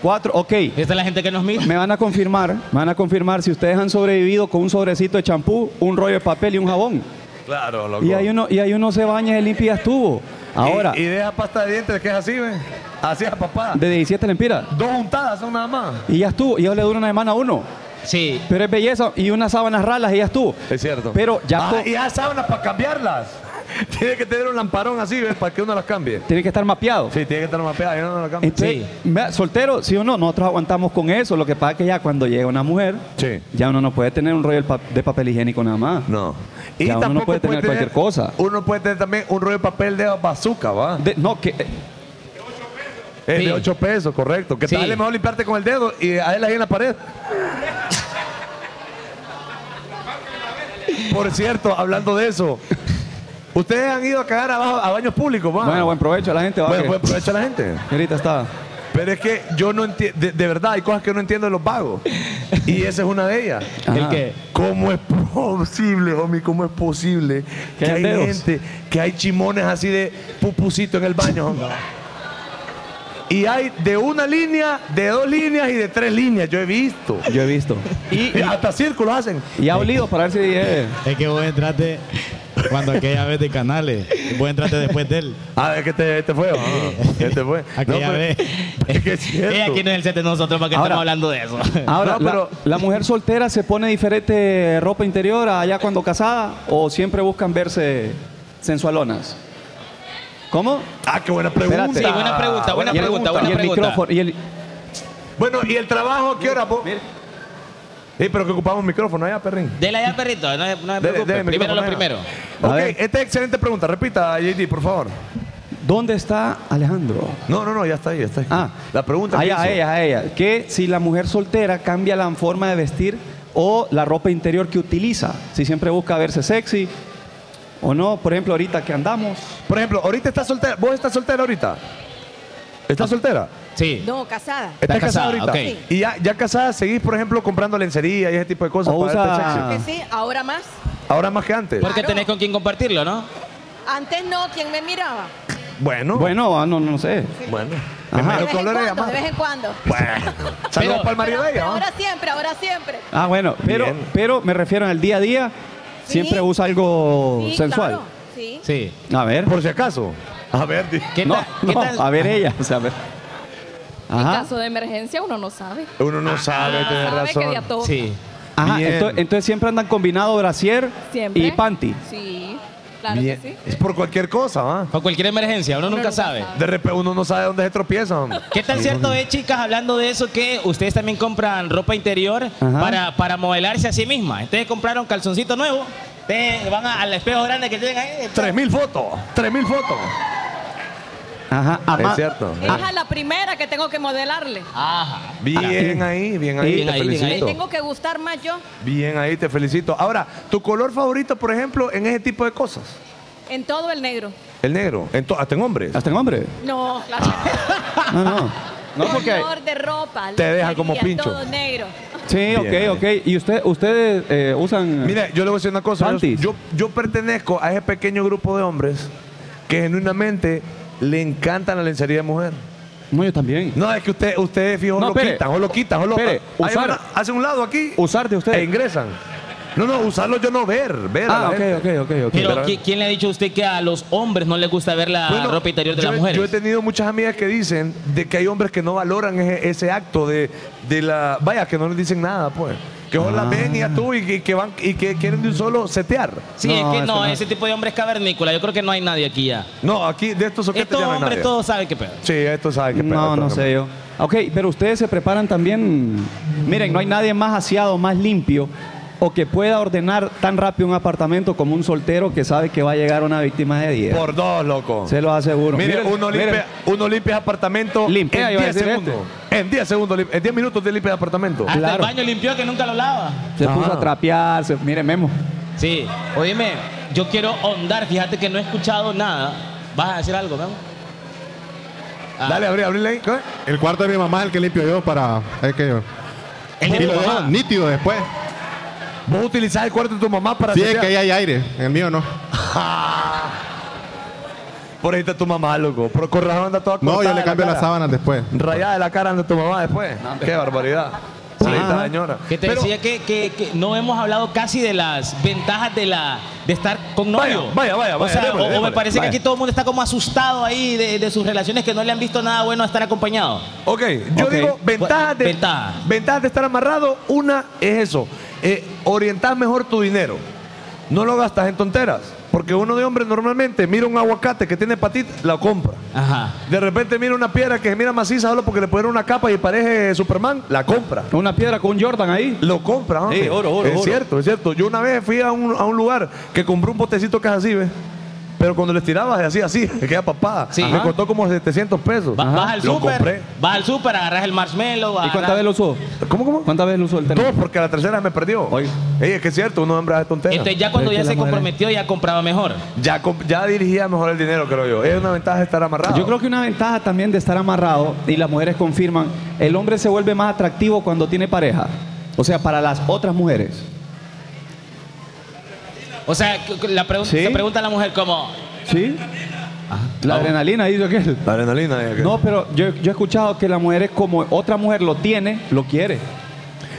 cuatro. Ok.
Esta es la gente que nos mira.
Me van a confirmar, me van a confirmar si ustedes han sobrevivido con un sobrecito de champú, un rollo de papel y un jabón.
Claro, loco.
Y ahí uno, y ahí uno se baña y limpia estuvo. Ahora,
Y, y deja pasta de dientes, que es así, ¿ves? Así es, papá.
de 17 lempiras.
Dos juntadas son nada más.
Y ya estuvo. Y ya le dura una semana a uno.
Sí.
Pero es belleza y unas sábanas ralas y ya estuvo.
Es cierto.
Pero ya
Ah,
to-
y ya sábanas para cambiarlas. tiene que tener un lamparón así, ¿ves? Para que uno las cambie.
tiene que estar mapeado.
Sí, tiene que estar mapeada, yo no la cambio.
Entonces, vea, soltero, sí o no, nosotros aguantamos con eso. Lo que pasa es que ya cuando llega una mujer,
Sí.
ya uno no puede tener un rollo de pa- de papel higiénico nada más.
No.
Ya uno no puede tener cualquier cosa.
Uno puede tener también un rollo de papel de bazooka, ¿va?
De- no, que, eh,
Es
Sí.
de 8 pesos, correcto. Que
Sí.
tal vez es mejor limpiarte con el dedo y a él ahí en la pared. Por cierto, hablando de eso, ustedes han ido a cagar abajo a baños públicos, ¿va?
bueno, buen provecho a la gente. va,
Bueno,
que-
buen provecho a la gente.
que Ahorita está.
Pero es que yo no entiendo, de, de verdad, hay cosas que no entiendo de los vagos. Y esa es una de ellas.
Ajá.
¿Cómo es posible, homie? ¿Cómo es posible que,
Que
hay
hayan dedos.
gente, que hay chimones así de pupusito en el baño, homie? Y hay de una línea, de dos líneas y de tres líneas, yo he visto.
Yo he visto.
Y, hasta círculos hacen.
Y ha olido para ver si. eh,
Es que vos entraste cuando aquella vez de canales. Vos entraste después de él.
A ver, ¿qué te, te fue? ¿Qué te
[LAUGHS]
fue?
Aquella
pero-
vez.
[LAUGHS] es que es cierto.
Eh, aquí no es el set de nosotros porque
Ahora-
estamos hablando de eso.
Ahora,
No, pero-
la, la mujer soltera se pone diferente ropa interior a allá cuando casada o siempre buscan verse sensualonas. ¿Cómo?
Ah, qué buena pregunta.
Espérate. Sí,
buena pregunta, buena
Y el-
pregunta, buena
y el
pregunta.
micrófono. Y el,
Bueno, ¿y el trabajo a qué hora, po?
Mire.
Sí, pero que ocupamos micrófono allá, perrín.
Dele allá, perrito, no, no me
Dele-
preocupes.
dele el
primero
micrófono
lo
allá.
primero.
A
Ok,
ver.
esta es excelente pregunta. Repita, JD, por favor.
¿Dónde está Alejandro?
No, no, no, ya está ahí, ya está ahí.
Ah,
la pregunta.
A
que
ella, a
hizo.
ella, a ella. Que si la mujer soltera cambia la forma de vestir o la ropa interior que utiliza. Si siempre busca verse sexy o no. Por ejemplo, ahorita que andamos.
Por ejemplo, ahorita estás soltera. ¿Vos estás soltera ahorita? ¿Estás soltera?
Sí.
No, casada.
Ah. ¿Estás
casada,
ahorita?
ok.
Y ya, ya casada, seguís, por ejemplo, comprando lencería y ese tipo de cosas.
O
para verte
usa-
sexy?
Que
sí, ahora más.
Ahora más que antes.
Porque
Claro.
tenés con quién compartirlo, ¿no?
Antes no, ¿quién me miraba?
Bueno.
Bueno, ah, no, no sé.
Bueno. Me
Ajá.
De
imagino
vez
que
en
olor a
cuando,
llamada.
de vez en cuando.
Bueno. Saludos para el marido de ella, ¿no?
siempre, ahora siempre.
Ah, bueno, pero,
Bien.
pero me refiero en el día a día.
Sí.
Siempre usa
Oh,
algo sensual.
sí.
Sí.
A ver.
Por si acaso. A ver, di-
¿Qué
no,
tal? ¿Qué
no,
tal?
a ver ella. o sea, a ver. Ajá.
caso de emergencia uno no sabe.
uno no sabe,
ah,
tenés
sabe que de a
razón.
todo.
Sí.
Ajá,
Bien.
Entonces, entonces siempre andan combinado brasier
Siempre.
y panty.
Sí, claro
Bien.
que sí.
Es por cualquier cosa, ¿ah?
Con cualquier emergencia, uno nunca
nunca
sabe.
sabe.
De repente uno no sabe dónde se tropieza. hombre.
¿Qué tan cierto es, chicas, hablando de eso, que ustedes también compran ropa interior
Ajá.
para, para modelarse a sí mismas? Ustedes compraron calzoncito nuevo, ustedes van a- al espejo grande que tienen ahí.
Tres mil fotos, tres mil fotos.
Ajá. ama- Ah.
Es cierto.
Es a la primera que tengo que modelarle.
Ah, Ajá.
Bien ahí, bien ahí,
Bien
te
ahí, bien
felicito.
ahí.
Bien
Le
ahí.
que gustar más yo.
te felicito. Ahora, tu color favorito, por ejemplo, en ese tipo de cosas.
En todo el negro.
El negro, en to- hasta en hombres.
Hasta en hombre.
No, claro.
No, no. No, porque.
Color de ropa.
Te deja como
lencería,
pincho.
Todo negro.
Sí,
Bien,
ok, ok. ¿Y usted, ustedes eh, usan.
Mira, yo le voy a decir una cosa. Yo,
Panties.
yo, yo pertenezco a ese pequeño grupo de hombres que genuinamente le encantan la lencería de mujer.
No, yo también.
No, es que usted, ustedes fijo,
No,
lo
espere.
quitan, o lo quitan, o lo
Espere,
Ahí
usar.
van a- hace un lado aquí
Usar de
e
usted.
ingresan. No, no, usarlo yo no ver, ver a la
Ah, ok,
gente.
ok, ok, ok.
Pero,
Pero-
¿qui- ¿quién le ha dicho a usted que a los hombres no les gusta ver la
Bueno,
ropa interior de
yo,
las
he-
mujeres?
Yo he tenido muchas amigas que dicen de que hay hombres que no valoran ese, ese acto de, de la. Vaya, que no les dicen nada, pues. Que vos
Ah.
la ven y a tú y que, que van y que quieren de un solo setear.
Sí,
No,
es que
eso
no,
no.
ese tipo de hombres cavernícola. Yo creo que no hay nadie aquí ya.
No, aquí de estos soquetes
Estos
ya no hay
hombres
nadie.
todos saben qué pedo.
Sí, estos saben que
No, no sé yo. Ok, pero ustedes se preparan también. Miren, no hay nadie más aseado, más limpio o que pueda ordenar tan rápido un apartamento como un soltero que sabe que va a llegar una víctima de 10.
Por dos, loco.
Se lo aseguro.
Mire,
Miren,
uno
miren.
limpia, uno limpia apartamento
Limpia,
en
iba a
10
decir este.
segundos. En 10 segundos, lim- en 10 minutos te limpia apartamento.
Hasta
Claro.
el baño limpió que nunca lo lava.
Se puso
Ajá.
a trapear, se- mire Memo.
Sí, óyeme, yo quiero ahondar, fíjate que no he escuchado nada. ¿Vas a decir algo, Memo? Ah,
Dale, abrí, abrí ahí. ¿Qué?
El cuarto de mi mamá es el que limpio yo para. Es que yo.
El de
y
tu
lo dejo
mamá.
nítido después.
Ah, Vos utilizás el cuarto de tu mamá para
Si es
hacer-
que ahí hay aire, en el mío no. Ah.
Por ahí está tu mamá, loco. Por con razón anda toda
No,
cortada
yo le
la
cambio las
cara.
sábanas después.
Rayada de la cara anda tu mamá después. Qué barbaridad. Sí, esta señora.
Que te
Pero-
decía que, que- que no hemos hablado casi de las ventajas de la de estar con
Vaya,
novio.
vaya, vaya,
O,
vaya,
sea,
démosle,
o- o me
démosle,
parece
vaya.
que aquí todo el mundo está como asustado ahí de, de sus relaciones que no le han visto nada bueno a estar acompañado.
Ok, yo
Ok.
digo ventajas de,
Ventaja.
ventajas de estar amarrado. Una es eso, eh, orientar mejor tu dinero. No lo gastas en tonteras, porque uno de hombre normalmente mira un aguacate que tiene patitas, la compra.
Ajá.
De repente mira una piedra que se mira maciza solo porque le pusieron una capa y parece Superman, la compra.
Una piedra con un Jordan ahí.
Lo compra, hombre.
Sí, oro, oro,
Es
oro.
cierto, es cierto. Yo una vez fui a un, a un lugar que compré un botecito que es así, ¿ves? Pero cuando le tirabas es así, así, [LAUGHS] que queda papada.
Sí.
Me
Ajá.
costó como 700 pesos.
Va- vas al
Lo
súper,
compré.
vas al súper, agarras el marshmallow.
¿Y
agarras-
cuántas veces lo usó?
¿Cómo, cómo?
¿Cuántas veces lo usó el
Todo
teléfono?
porque a la tercera me perdió.
Oye. Este-
Ey, es que es cierto, uno hembra de tonteras.
Entonces ya cuando
Es que
ya
las
se
mujeres-
comprometió ya compraba mejor.
ya, com- ya dirigía mejor el dinero, creo yo. Es una ventaja estar amarrado.
Yo creo que una ventaja también de estar amarrado, y las mujeres confirman, el hombre se vuelve más atractivo cuando tiene pareja. O sea, para las otras mujeres.
O sea, que- que la pregun-
Sí.
se pregunta a la mujer como,
¿Sí? La adrenalina, dice aquel.
La adrenalina. eh, que-
No, pero yo, yo he escuchado que la mujer es como otra mujer lo tiene, lo quiere.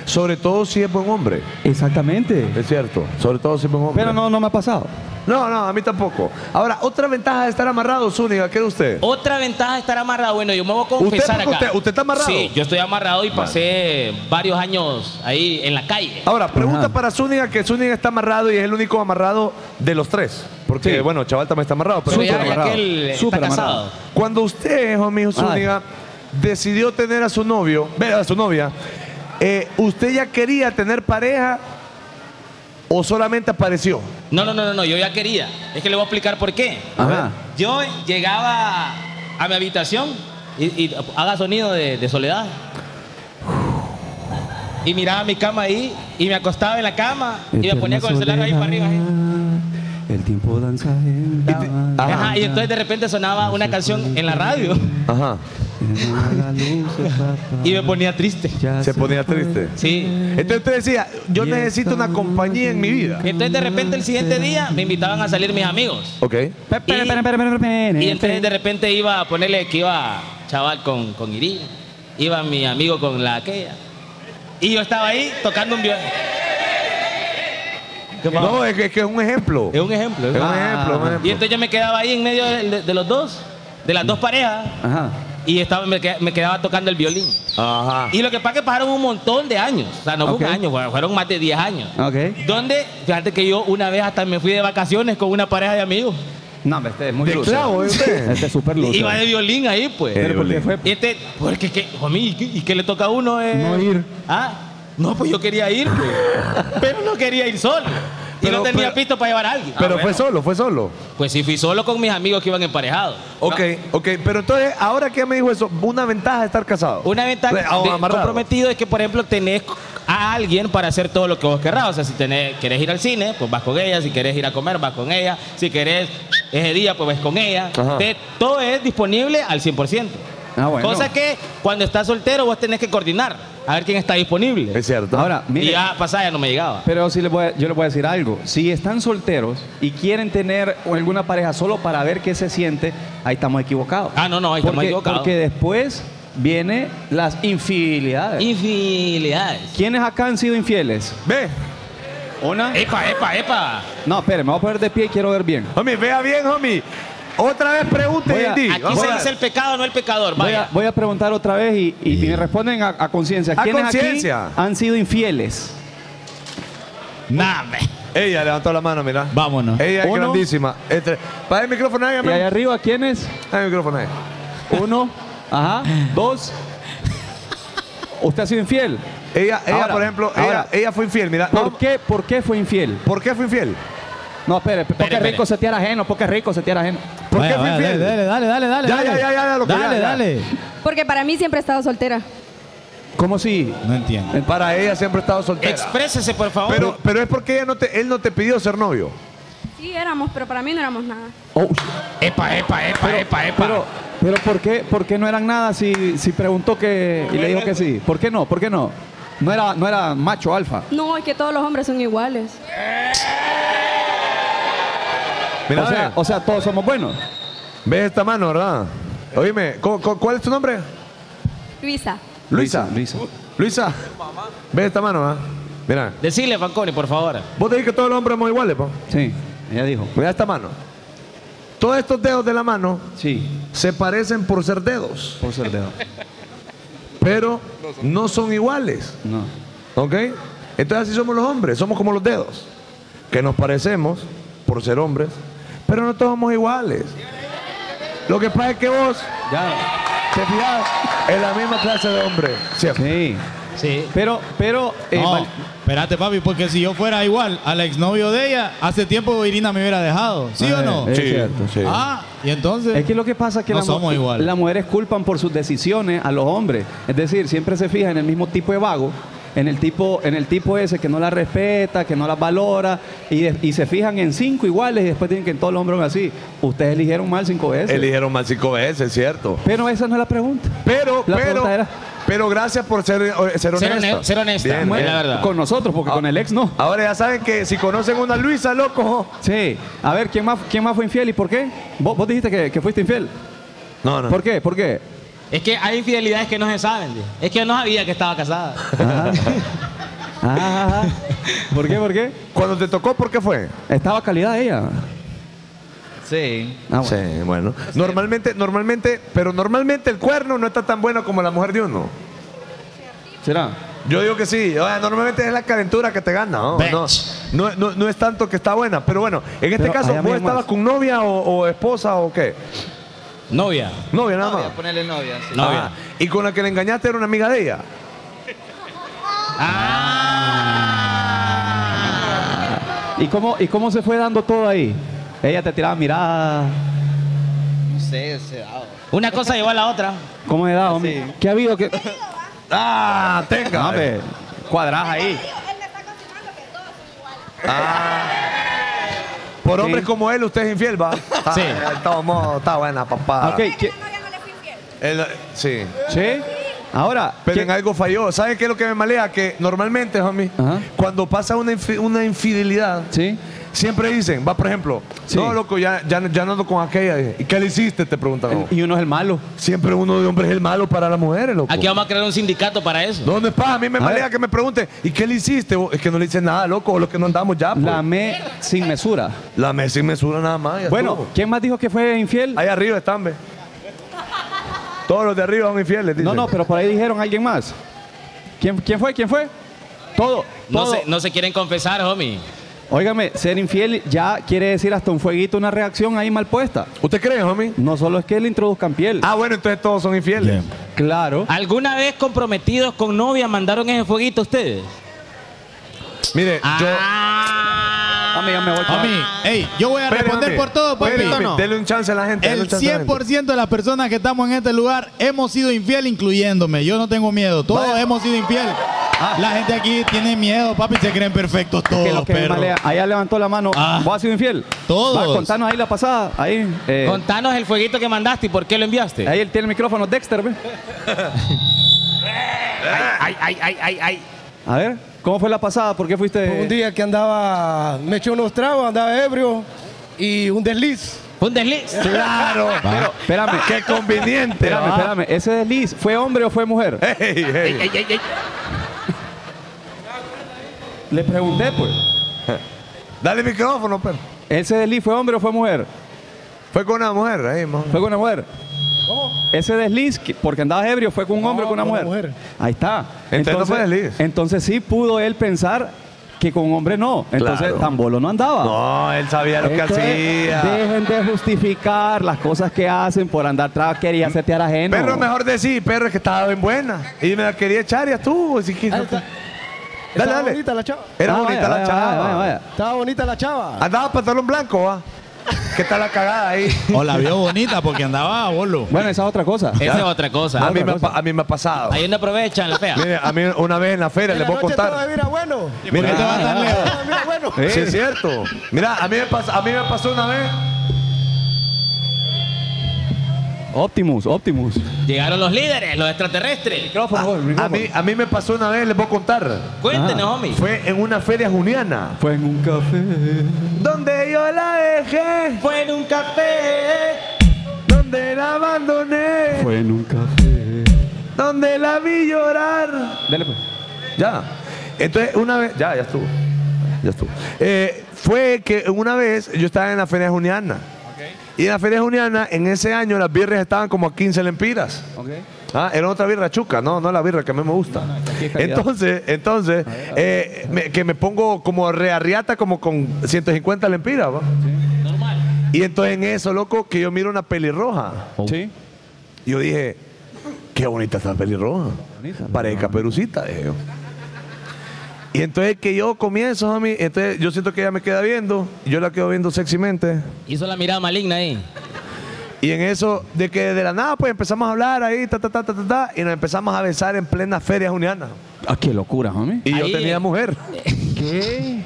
Sobre todo si es buen hombre.
Exactamente.
Es cierto. Sobre todo si es buen hombre.
Pero no, no me ha pasado.
No, no, a mí tampoco. Ahora, otra ventaja de estar amarrado, Zúñiga, ¿qué era usted?
Otra ventaja de estar amarrado, bueno, yo me voy a confesar
¿Usted por qué
acá.
usted- usted está amarrado?
Sí, yo estoy amarrado y pasé varios años ahí en la calle.
Ahora, pregunta
Ajá.
para Zúñiga, que Zúñiga está amarrado y es el único amarrado de los tres. Porque,
Sí.
bueno, Chaval también está amarrado. Pero
Pero ya
Súper amarrado.
aquel está
súper
casado.
amarrado.
Cuando usted, amigo Zúñiga, decidió tener a su novio, ve, a su novia, eh, ¿usted ya quería tener pareja o solamente apareció?
No, no, no, no, no, yo ya quería. Es que le voy a explicar por qué.
Ajá.
Yo llegaba a mi habitación y, y haga sonido de, de soledad. Y miraba mi cama ahí y me acostaba en la cama y me ponía con el celular ahí para arriba. así.
El tiempo danza. en la
Ajá.
Ajá, y entonces de repente sonaba una canción en la radio
Ajá.
la luz, papá.
y me ponía triste.
Ya
Se ponía triste.
Sí,
Entonces usted decía, yo necesito una compañía en mi vida.
Entonces de repente el siguiente día me invitaban a salir mis amigos.
Ok.
Pe- pe- pe- pe- pe- pe- pe-
Y entonces de repente iba a ponerle que iba chaval con, con Irí, iba mi amigo con la aquella. Y yo estaba ahí tocando un violín.
No, es que, es que es un ejemplo.
Es un ejemplo.
Es un
Ah.
ejemplo, un
Y
ejemplo.
entonces yo me quedaba ahí en medio de, de- de los dos, de
Mm.
las dos parejas,
Ajá.
y estaba, me, que- me quedaba tocando el violín.
Ajá.
Y lo que pasa es que pasaron un montón de años. O sea, no fue
Ok.
un año, fueron- fueron más de 10 años.
Ok.
Donde, fíjate que yo una vez hasta me fui de vacaciones con una pareja de amigos.
No, hombre, este es muy
De
loser.
clavo, ¿eh, usted?
Este
[LAUGHS]
es súper loser.
Iba de violín ahí, pues.
Pero porque
violín.
fue
Y este, porque que, homie, ¿y qué- ¿y qué le toca a uno? eh?
No ir.
Ah, no, pues yo quería ir,
[LAUGHS]
pues. pero no quería ir solo. Y
Pero-
no tenía
pero-
pisto para llevar a alguien. Ah,
Pero fue solo, fue solo.
Pues sí, fui solo con mis amigos que iban emparejados.
Ok, ok. Pero entonces, ahora que me dijo eso, una ventaja de estar casado.
Una ventaja
Ah,
de
amarrado.
comprometido es que, por ejemplo, tenés a alguien para hacer todo lo que vos querrás. O sea, si tenés, querés ir al cine, pues vas con ella. Si querés ir a comer, vas con ella. Si querés ese día, pues vas con ella.
Ajá.
Te- todo es disponible al 100%.
Ah, bueno.
Cosa que cuando estás soltero vos tenés que coordinar a ver quién está disponible.
Es cierto.
Ahora,
Y
mire,
ya pasada ya no me llegaba.
pero sí les voy a- yo les voy a decir algo. Si están solteros y quieren tener alguna pareja solo para ver qué se siente, ahí estamos equivocados.
Ah, no, no, ahí estamos
Porque-
equivocados.
Porque después vienen las infidelidades.
Infidelidades.
¿Quiénes acá han sido infieles?
ve.
¿Una?
Epa, epa, epa.
No, espere, me voy a poner de pie y quiero ver bien.
Homie, vea bien, homie. Otra vez pregunte,
Voy a-
Andy.
Aquí
Vamos
se
a-
dice el pecado, no el pecador.
Voy a,
Vaya.
voy a preguntar otra vez y, y me responden a, a conciencia.
A
¿Quiénes aquí
conciencia.
han sido infieles?
Nah, me-
Ella levantó la mano, mira.
Vámonos.
Ella es
Uno.
grandísima. Entre... Para el micrófono ahí,
Y
amigo.
allá arriba, ¿quiénes?
Para el micrófono eh. ahí.
Uno, ajá, dos. ¿Usted ha sido infiel?
Ella, ella,
Ahora,
por ejemplo,
ahora.
ella, ella fue infiel, mira.
¿Por,
no,
qué, ¿Por qué fue infiel?
¿Por qué fue infiel?
No, espere, porque
Espere, espere.
rico se tira ajeno, porque rico se tira ajeno.
¿Por
Vaya,
qué fue
vaya,
infiel?
Dale, dale, dale, dale.
Ya,
dale.
ya, ya, ya, loco, ya,
Dale,
ya.
dale.
Porque para mí siempre he estado soltera.
¿Cómo si?
No
Eh,
entiendo.
Para ella siempre ha estado soltera.
Exprésese, por favor.
pero, pero es porque ella no te, él no te pidió ser novio.
Sí, éramos, pero para mí no éramos nada.
Oh,
Epa, epa, epa, epa, epa.
pero, pero ¿por qué, por qué no eran nada si, si preguntó que y le dijo que sí? ¿Por qué no? ¿Por qué no? No era, no era macho alfa.
No, es que todos los hombres son iguales.
Mira,
o, sea,
ve,
o sea, todos somos buenos.
ves esta mano, ¿verdad? Oíme, ¿cu- cu- cuál es tu nombre?
Luisa.
Luisa.
Luisa.
Luisa. Ves esta mano, ¿ah? Mira.
Decile, Fanconi, por favor.
Vos te dices que todos los hombres somos iguales, po.
Sí, ella dijo.
Mira esta mano. Todos estos dedos de la mano
Sí,
se parecen por ser dedos,
por ser dedo.
pero no son iguales.
No.
¿Ok? Entonces así somos los hombres, somos como los dedos, que nos parecemos por ser hombres, pero no todos somos iguales. Lo que pasa es que vos
Ya.
te fijas en la misma clase de hombre, siempre.
Sí.
Sí.
Pero, pero. eh,
No,
Val-
espérate, papi, porque si yo fuera igual al exnovio de ella, hace tiempo Irina me hubiera dejado. ¿Sí o
Ah,
no?
es cierto, sí.
Ah, y entonces.
Es que lo que pasa es que
No
las mu-
somos iguales.
las mujeres culpan por sus decisiones a los hombres. Es decir, siempre se fijan en el mismo tipo de vago, en el tipo, en el tipo ese que no la respeta, que no la valora, y, de- y se fijan en cinco iguales y después tienen que en todos los hombres son así. Ustedes eligieron mal cinco veces.
Eligieron mal cinco veces, cierto.
Pero esa no es la pregunta.
Pero,
La
pero,
pregunta era-
pero gracias por ser, eh, ser
Ser
honesta.
hone- ser honesta,
Bien,
es
bien.
la verdad.
Con nosotros, porque
Ah.
con el ex no.
Ahora ya saben que si conocen una Luisa, loco.
Sí. A ver, ¿quién más, quién más fue infiel y por qué? Vos, vos dijiste que, que fuiste infiel.
No, no.
¿Por qué? ¿Por qué?
Es que hay infidelidades que no se saben. tío. Es que yo no sabía que estaba casada.
Ah. Ah. ¿Por qué? ¿Por qué?
Cuando te tocó, ¿por qué fue?
Estaba calidad ella.
Sí.
Ah, bueno.
Sí, bueno. Normalmente, normalmente, pero normalmente el cuerno no está tan bueno como la mujer de uno.
¿Será?
Yo digo que sí, Ah, normalmente es la calentura que te gana, ¿no? No, no, no- no es tanto que está buena, pero bueno, en este
Pero
caso,
allá
¿vos
mismo
estabas
es.
con novia o, o esposa o qué?
Novia.
Novia nada más.
pues.
Novia, ponerle novia. sí.
Novia.
Ah, y con la que le engañaste era una amiga de ella.
¿Y cómo, ¿Y cómo se fue dando todo ahí? Ella te tiraba mirada.
No sé, se
ah.
daba.
Una cosa llevó a la otra.
¿Cómo era, hombre?
Sí.
¿Qué ha habido? ¿Qué?
Ah, tenga.
No, hombre, cuadradas ahí.
Por
Sí.
hombres como él, usted es infiel, va.
Sí.
Ah, tomó, está buena, papá.
Ok, ¿qué-
Él- eh, sí.
¿sí? Ahora,
Pero
¿qué-
en algo falló. ¿Saben qué es lo que me malea? Que normalmente, homie,
Ajá.
cuando pasa una, infi- una infidelidad,
¿sí?
siempre dicen, va, por ejemplo,
Sí.
no, loco, ya, ya, ya no ando con aquella. Dije, ¿Y qué le hiciste? Te preguntan. a vos.
Y uno es el malo.
Siempre uno de hombres es el malo para las mujeres, loco.
Aquí vamos a crear un sindicato para eso.
¿Dónde está? A mí me malea
ver.
que me pregunte, ¿y qué le hiciste? Vos, Es que no le hice nada, loco, o lo que no andamos ya. pues.
La me sin mesura.
La Messi me sube nada más. ya
Bueno,
estuvo.
¿quién más dijo que fue infiel?
ahí arriba están, ve. Todos los de arriba son infieles,
No,
dicen.
no, pero por ahí dijeron alguien más. ¿Quién, quién fue? ¿Quién fue? Todo.
No
todo.
se, no se quieren confesar, homie.
Óigame, ser infiel ya quiere decir hasta un fueguito, una reacción ahí mal puesta.
¿Usted cree, homie?
No solo es que le introduzcan piel.
Ah, bueno, entonces todos son infieles.
Bien.
Claro.
¿Alguna vez comprometidos con novia mandaron ese fueguito ustedes?
Mire,
Ah,
yo.
A mí ya Ah, me voy
A mí, ey, yo voy a
Espere,
responder
homie.
por todo, papi.
Espere, homie, Dele un chance a la gente. dele
El
un chance a la gente.
100% de las personas que estamos en este lugar hemos sido infiel, incluyéndome. Yo no tengo miedo. Todos hemos sido infiel. La gente aquí tiene miedo, papi. Se creen perfectos
Que lo
todos,
que me
oh, perro.
malea. Allá levantó la mano.
Ah.
¿Vos has sido infiel?
Todos.
Va, contanos ahí la pasada. Ahí. eh,
Contanos el fueguito que mandaste y por qué lo enviaste.
ahí él tiene el micrófono, Dexter, ve.
[LAUGHS] Ay, ay, ay, ay, ay. Pues
A ver, ¿cómo fue la pasada? ¿Por qué fuiste?
Un día que andaba, me eché unos tragos, andaba ebrio y un desliz.
Un desliz.
Claro.
Pero, espérame.
Ah.
Qué conveniente.
Espérame,
¿va?
espérame. Ese desliz, ¿fue hombre o fue mujer?
Ey, ey.
Ay, ay, ay.
Le pregunté, pues.
Dale micrófono, pero.
¿Ese desliz fue hombre o fue mujer?
Fue con una mujer ahí, mo.
¿Fue con una mujer? Ese desliz, que- porque andabas ebrio, fue con un hombre o
No,
con una
con
mujer.
una mujer.
Ahí está.
Entonces no fue desliz.
entonces sí pudo él pensar que con hombre no. Entonces,
Claro.
Tambolo no andaba.
No, él sabía lo que
Entonces,
hacía.
Dejen de justificar las cosas que hacen por andar tracker y asetear ajeno.
Perro, mejor decir, perro, es que estaba bien buena. Y me la quería echar y estuvo. Así que, dale,
Estaba
dale.
bonita la chava.
Era bonita la chava.
Estaba bonita la chava.
Andaba pantalón blanco, ¿va? ¿Qué tal la cagada ahí?
O la vio bonita porque andaba a bolo.
Bueno, esa es otra cosa.
Eh,
Esa es otra cosa.
A mí, me, ha pa- a mí me ha pasado.
Ahí no aprovechan la fea.
Mire, a mí una vez en la feria les voy a contar.
Mira, bueno.
Mire,
Mira, bueno.
Sí, es cierto. Mira, a mí me pasó, a mí me pasó una vez.
Optimus, Optimus. Ah,
Llegaron los líderes, los extraterrestres.
A mí, a mí me pasó una vez, les voy a contar.
Cuéntenos, homie.
Fue en una feria juniana.
Fue en un café.
Donde yo la dejé.
Fue en un café.
Donde la abandoné.
Fue en un café.
Donde la vi llorar.
Dale pues.
Ya. Entonces, una vez. Ya, ya estuvo. Ya estuvo. Eh, fue que una vez yo estaba en la Feria Juniana. Y en la Feria Juniana, en ese año, las birras estaban como a 15 lempiras. Ah, era otra birra chuca, no, no la birra que a mí me gusta.
aquí es calidad.
entonces, entonces, eh, me- que me pongo como rearriata como con 150 lempiras, ¿va? Y entonces en eso, loco, que yo miro una pelirroja.
Sí.
Yo dije, qué bonita esta pelirroja.
Bonita,
Parece caperucita, dije yo. Y entonces que yo comienzo, homie, entonces yo siento que ella me queda viendo, yo la quedo viendo sexymente.
Hizo la mirada maligna ahí.
Y en eso, de que de la nada, pues empezamos a hablar ahí, ta, ta, ta, ta, ta, ta, y nos empezamos a besar en plena feria juniana.
Ah, qué locura, homie.
Y
Ahí,
yo tenía
eh.
mujer.
[LAUGHS] ¿Qué?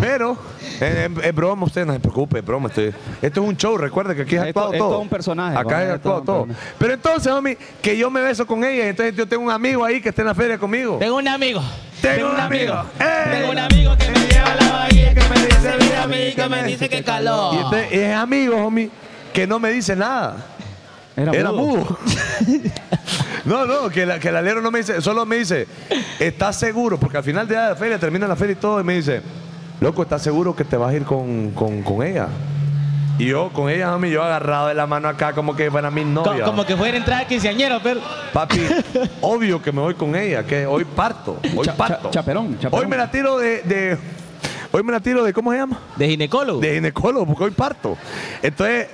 Pero, eh, eh, es broma, usted no se preocupe, es broma. estoy- esto es un show, recuerde que aquí es
Esto-
actuado
esto
todo.
es un personaje,
Acá
vamos,
es
esto es
actuado
un
todo.
personaje.
Pero entonces, homie, que yo me beso con ella, y entonces yo tengo un amigo ahí que está en la feria conmigo.
Tengo un amigo.
Tengo un amigo. ¡Eh!
Tengo un amigo que me lleva a la bahía, que me dice, mira a mí, que me dice que
Y
calor.
entonces, es amigo, homie, que no me dice nada.
Era,
Era
mudo.
mudo. [LAUGHS] No, no, que, la- que el alero no me dice, solo me dice, ¿estás seguro? Porque al final de la feria, termina la feria y todo, y me dice, loco, ¿estás seguro que te vas a ir con, con- con ella? Y yo con ella, mami, yo agarrado de la mano acá, como que para mi
Co-
novia.
como que fuera a entrar quinceañero, pero.
Papi, obvio que me voy con ella, que hoy parto, hoy
Cha-
parto.
cha- chaperón, chaperón.
Hoy me la tiro de, de- hoy me la tiro de, ¿cómo se llama?
De ginecólogo.
De ginecólogo, porque hoy parto. Entonces,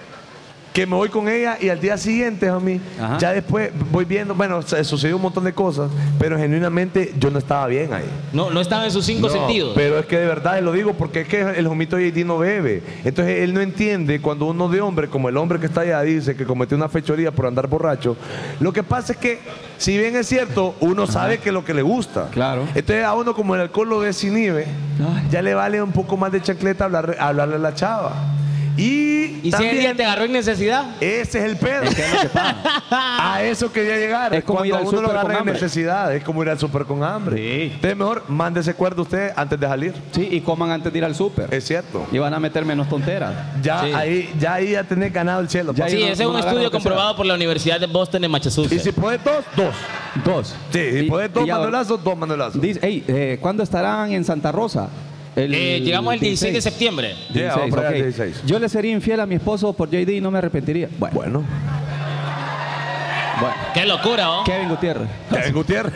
que me voy con ella y al día siguiente, a mí,
Ajá.
ya después voy viendo, bueno, se- sucedió un montón de cosas, pero genuinamente yo no estaba bien ahí.
No, no estaba en sus cinco
No,
sentidos.
Pero es que de verdad lo digo porque es que el homito JD no bebe. Entonces él no entiende cuando uno de hombre, como el hombre que está allá, dice que cometió una fechoría por andar borracho. Lo que pasa es que, si bien es cierto, uno sabe que es lo que le gusta.
Claro.
Entonces a uno, como el alcohol lo desinhibe,
Ay.
ya le vale un poco más de chancleta hablar, hablarle a la chava. Y,
¿Y si
también,
el día te agarró en necesidad?
ese es el pedo. [LAUGHS] A eso quería llegar.
Es como
Cuando
ir al
uno
súper
lo
con
agarra en
hambre.
necesidad, es como ir al súper con hambre.
Sí.
Entonces, mejor mándese cuerda usted antes de salir.
Sí, y coman antes de ir al súper.
Es cierto.
Y van a meter menos tonteras.
Ya
Sí.
ahí ya ahí ya tenés ganado el cielo.
Ya
papi.
Sí,
no-
ese es un
no agarra
estudio
lo que
comprobado por la Universidad de Boston en
Y
Massachusetts.
si podés dos, dos.
Dos.
Sí, si
Y-
podés dos
y ya-
manolazos, dos manolazos.
Dice, hey, eh, ¿cuándo estarán en Santa Rosa? El
Eh, llegamos el 16 de septiembre.
Yeah, vamos para allá el
ok.
16.
Yo le sería infiel a mi esposo por JD y no me arrepentiría. Bueno, bueno.
Bueno,
Qué locura, ¿oh?
Kevin Gutiérrez.
Kevin Gutiérrez.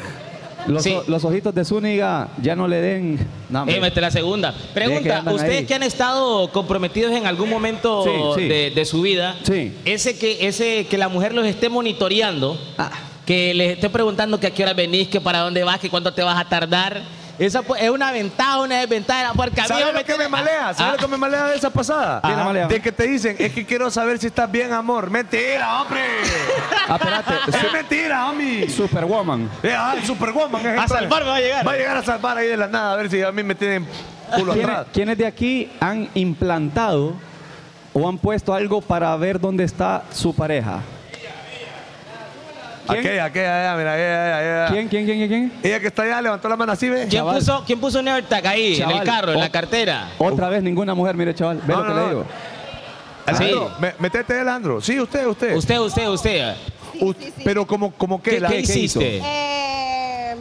Los,
Sí.
o- los ojitos de Zúñiga ya no le den. No, hombre.
Eh, mete la segunda. Pregunta,
andan
ustedes
ahí.
que han estado comprometidos en algún momento
Sí, sí.
De, de su vida,
Sí.
ese que ese que la mujer los esté monitoreando,
Ah.
que les esté preguntando que a qué hora venís, que para dónde vas, que cuánto te vas a tardar, esa pues, es una ventaja, una desventaja, porque a mí
¿Sabes
me
lo que
tiene-
me malea?
Ah,
¿Sabes lo que me malea de esa pasada?
¿Qué le Ah, malea?
De que te dicen, es que quiero saber si estás bien, amor. Mentira,
[LAUGHS]
hombre.
Ah, espérate.
[LAUGHS]
es mentira, homie.
Su- Superwoman.
Eh, ah, el Superwoman. es
A
el-
salvarme va a llegar.
Va a llegar a salvar ahí de la nada, a ver si a mí me tienen culo
¿Quiénes,
atrás.
quiénes de aquí han implantado o han puesto algo para ver dónde está su pareja? ¿Quién?
Aquella, aquella, allá, mira, aquella, allá, allá.
¿Quién, quién, quién, quién? quién?
Ella que está allá levantó la mano así, ve.
¿Quién
Chaval.
puso, ¿Quién puso un AirTag ahí, en el
Chaval,
carro, en
o-
la cartera?
Otra vez ninguna mujer, mire chaval, ve
No,
lo
no,
que
no.
le digo.
Alejandro,
Sí.
me- metete, Alejandro. Sí, usted, usted.
Usted, usted, usted.
Ut- Pero como, como que
¿Qué,
la,
qué
¿qué hizo?
hiciste?
Eh,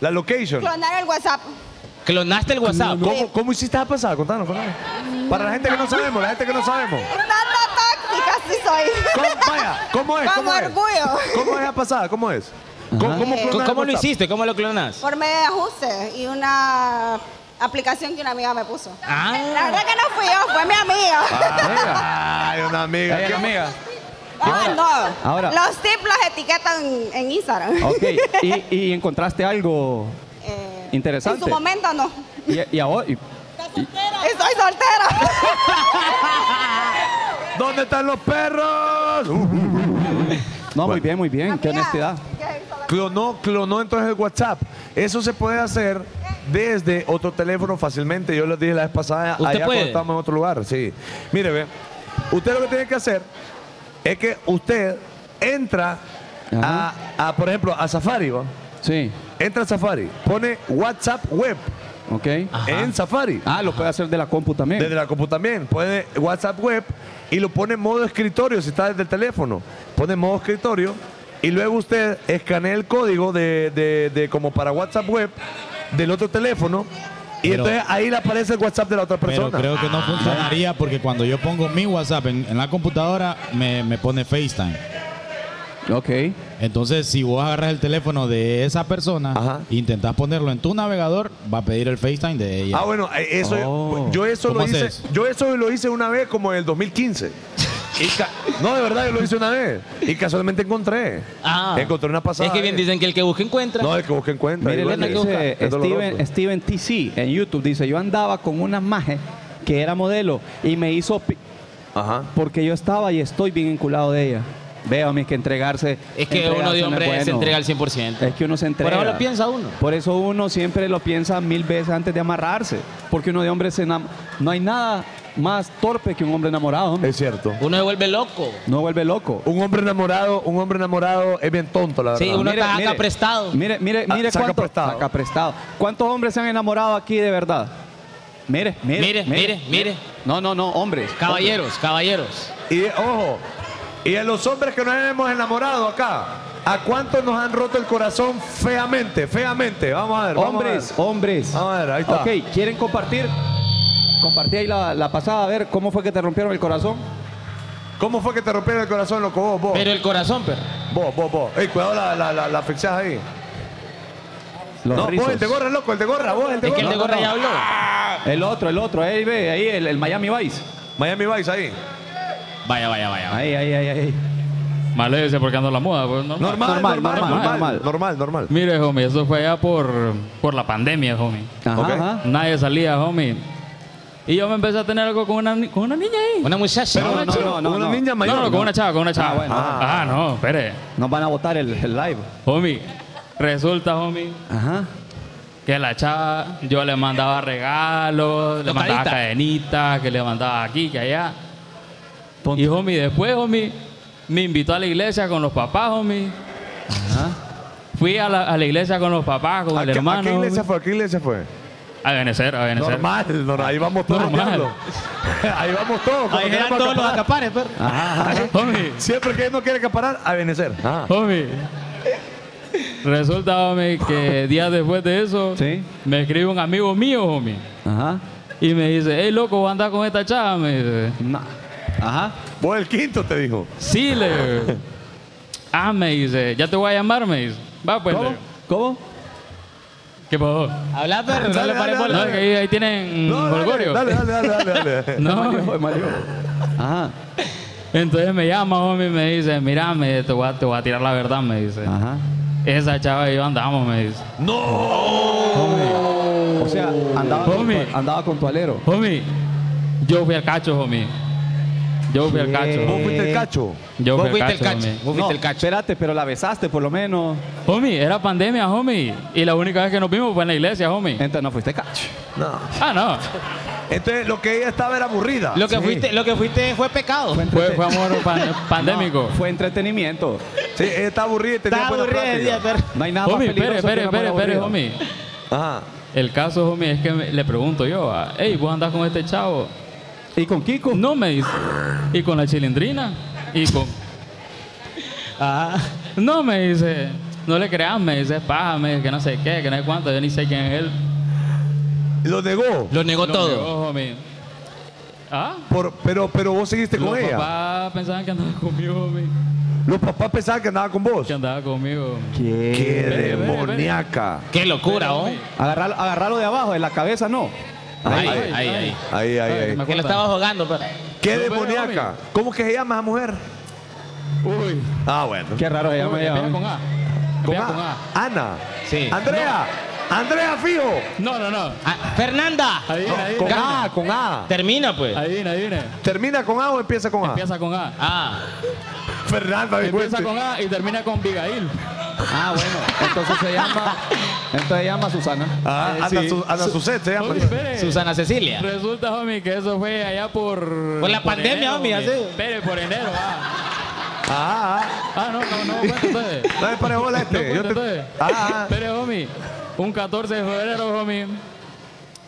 la location.
clonar el WhatsApp.
¿Clonaste el WhatsApp?
¿Cómo, ¿Cómo hiciste esa pasada? Contanos, contanos.
Mm.
Para la gente que no sabemos, la gente que no sabemos.
Tanta táctica sí soy.
¿Cómo, vaya, ¿cómo es?
Como
¿Cómo es?
orgullo.
¿Cómo es esa pasada? ¿Cómo es? ¿Cómo, cómo,
Eh,
clonar
¿Cómo,
el
cómo lo
WhatsApp?
hiciste? ¿Cómo lo clonas?
Por medio de ajustes y una aplicación que una amiga me puso.
Ah.
La verdad que no fui yo, fue mi amiga.
Ay, una amiga.
Ay,
¿Qué-
amiga.
Ah, no.
Ahora.
Los tips los etiquetan en Instagram. [LAUGHS]
Ok, y, y encontraste algo
Eh, en
interesante.
su momento no.
Y, y ahora. y-
Y soy soltera.
¿Dónde están los
Uh,
perros?
No, muy bien, muy bien. Qué honestidad.
Clonó, clonó entonces el WhatsApp. Eso se puede hacer desde otro teléfono fácilmente. Yo les dije la vez pasada,
¿Usted
allá
puede?
cuando estábamos en otro lugar. Sí. Mire, ve. Usted lo que tiene que hacer es que usted entra a, a, por ejemplo, a Safari, ¿va?
Sí.
Entra a Safari, pone WhatsApp web.
Ok.
En Safari.
Ah, lo puede hacer de la compu también.
Desde la compu también. Pone WhatsApp web y lo pone en modo escritorio si está desde el teléfono. Pone en modo escritorio y luego usted escanea el código de, de- de como para WhatsApp web del otro teléfono y
Pero-
entonces ahí le aparece el WhatsApp de la otra
Pero
persona.
creo que no funcionaría porque cuando yo pongo mi WhatsApp en, en la computadora me, me pone FaceTime.
Ok.
Entonces, si vos agarras el teléfono de esa persona e intentas ponerlo en tu navegador, va a pedir el FaceTime de ella.
Ah, bueno, eh, eso
Oh.
yo, yo eso lo
¿Cómo
hice,
haces?
yo eso lo hice una vez como en el 2015. Y ca- no, de verdad, yo lo hice una vez. Y casualmente encontré.
Ah.
Encontré una pasada.
Es que bien
ahí.
dicen que el que busca encuentra.
No, el que busca encuentra.
Mire
Ahí
lo
lo
que
busca.
dice
Es doloroso.
Steven, Steven TC en YouTube. Dice, yo andaba con una maje que era modelo y me hizo... pi- Porque yo estaba y estoy bien enculado de ella. Veo a mí que entregarse...
Es que
entregarse
uno
no
de
es
hombre se
bueno.
entrega al 100%.
Es que uno se entrega.
Por ahora lo piensa uno.
Por eso uno siempre lo piensa mil veces antes de amarrarse. Porque uno de hombre se enam- No hay nada más torpe que un hombre enamorado.
Es cierto.
Uno se vuelve loco.
Eh.
No vuelve loco.
Un hombre enamorado, un hombre enamorado es bien tonto, la verdad.
Sí, uno está acá prestado.
Ah, Mire, mire,
Ah,
mire
saca
cuánto-
prestado.
saca prestado. ¿Cuántos hombres se han enamorado aquí de verdad? Mire, mire,
Mire, mire, mire.
No, no, no, hombres.
Caballeros, caballeros.
Y ojo, y de los hombres que nos hemos enamorado acá, ¿a cuántos nos han roto el corazón feamente? Feamente, vamos a ver. vamos a ver.
Hombres, hombres.
Vamos a ver, ahí está.
Ok, ¿quieren compartir? Compartí ahí la, la pasada, a ver cómo fue que te rompieron el corazón.
¿Cómo fue que te rompieron el corazón, loco? Vos, vos.
Pero el corazón, pero.
Vos, vos, vos. Ey, cuidado la, la, la, la asfixiás ahí.
Los
no,
rizos.
vos el de gorra, loco, el de gorra, vos el de
Es
gorra.
que el de gorra ya habló.
El otro, el otro, ahí ve, ahí el, el Miami Vice.
Miami Vice ahí.
Vaya, vaya, vaya.
Ahí, ahí, ahí, ahí.
Malo ese porque ando a la moda. pues, normal.
Normal, normal, normal, normal, normal.
Mire, homie, eso fue allá por, por la pandemia, homie.
Ajá,
Ok.
ajá.
Nadie salía, homie. Y yo me empecé a tener algo con una, ni- con una niña ahí.
Una muchacha.
Pero no, no, no, no.
No, no, con una chava, con una chava.
Ah,
Ah,
bueno.
no, espere.
Nos van a votar el, el live.
Homie, resulta, homie,
Ajá.
que la chava, yo le mandaba regalos, le
Tocadita.
mandaba cadenitas, que le mandaba aquí, que allá. Y, homie, después, homie, me invitó a la iglesia con los papás, homie. Fui a la, a la iglesia con los papás, con
¿A
el
qué, a qué
hermano.
iglesia
homie.
fue? ¿A qué iglesia fue?
A Benecer, a Benecer.
Normal, normal, ahí vamos todos,
Normal.
diablo. [LAUGHS] ahí vamos todos. cuando
Ahí eran
queremos
todos los
acaparar.
acapares, pues. pero.
Ajá.
Homie,
Siempre que él no quiere acaparar, a Benecer. Ah.
homie. Resulta, homie, que días después de eso,
Sí.
me escribe un amigo mío, homie.
Ajá.
Y me dice, hey, loco, ¿vas a andar con esta chava? Me dice.
Nah. Ajá.
Vos el quinto te dijo.
Sí, le digo. Ah, me dice, ya te voy a llamar, me dice. Va, pues. le
¿Cómo?
digo.
¿Cómo?
¿Qué pasó?
Habla, pero. No
Dale,
le pares
dale,
No,
bola.
es que ahí, ahí tienen
No, dale,
Gorgorio.
Dale, dale, dale, dale. dale.
Mm, No,
Mario, Mario. Ajá.
entonces me llama, homie, y me dice, mira, me dice, te, voy a, te voy a tirar la verdad, me dice.
Ah.
Ajá.
Esa chava y yo andamos, me dice.
O sea, andaba con,
Homie.
tu, andaba con tu alero.
Homie, yo fui al cacho, homie. Yo fui al
¿Vos
cacho.
fuiste el cacho?
Yo
Vos
fui
fuiste
al
el
cacho,
cacho.
homie.
Vos
No,
fuiste el cacho.
Espérate, pero la besaste por lo menos.
Homie, era pandemia, homie. Y la única vez que nos vimos fue en la iglesia, homie.
Entonces no fuiste cacho.
No.
Ah, no.
Entonces, lo que ella estaba era aburrida.
Lo que, fuiste, lo que fuiste fue pecado.
Fue,
[LAUGHS]
fue amor pan- pandémico.
No, fue entretenimiento.
Sí, ella estaba aburrida y tenía
Estaba
buena
aburrido de
práctica.
día, pero.
No hay nada
homie,
más peligroso
espere,
que
espere,
una
espere,
mujer
espere,
aburrida.
homie.
Ajá.
El caso, homie, es que me- le pregunto yo, ah, hey, ¿vos andás con este chavo?
¿Y con Kiko?
No, me dice. ¿Y con la chilindrina? ¿Y con...? Ah, no, me dice. No le creas, me dice, es paja, me dice, que no sé qué, que no sé cuánto, yo ni sé quién es él.
Lo negó.
Lo negó
Lo
todo.
negó, homie. ¿Ah?
Por- pero, pero vos seguiste
Los
con ella.
papás pensaban que andaba conmigo, homie.
Los papás pensaban que andaba con vos. Que
andaba conmigo.
Qué,
Espere,
demoníaca.
Qué locura, ¿oh?
Agarralo, agarralo de abajo, de la cabeza no.
Ahí, ahí, ahí. ahí.
Ahí, ahí, ahí.
Que lo estaba jugando, pero.
Qué demoníaca. ¿Cómo que se llama esa mujer?
Uy.
Ah, bueno.
Qué raro se llama
Uy,
ella.
empieza
¿no?
con A.
¿Con
Empieza
A?
con A.
Ana.
Sí.
Andrea. Andrea Fijo.
No, no, no.
Ah, Fernanda.
Adivina, adivina.
Con A, con A.
Termina, pues.
Adivina, adivina.
¿Termina con A o empieza con A?
Empieza con A.
Ah,
Fernanda, me
Empieza
cuente.
con A y termina con Bigail.
Ah, bueno. Entonces se llama. Entonces se llama Susana.
Ah,
Eh,
Ana,
sí.
Su- Ana Suset se llama.
Homie, espere.
Susana Cecilia.
Resulta, homie, que eso fue allá por.
Por la pandemia, homie, así.
Espere, por enero. Ah,
Ah,
ah no, no, no, cuenta
[LAUGHS]
entonces.
ah. Dale para bola este.
No
Yo
cuenta
te-
entonces.
Ah, ah.
Espere, homie. Un 14 de febrero, homie.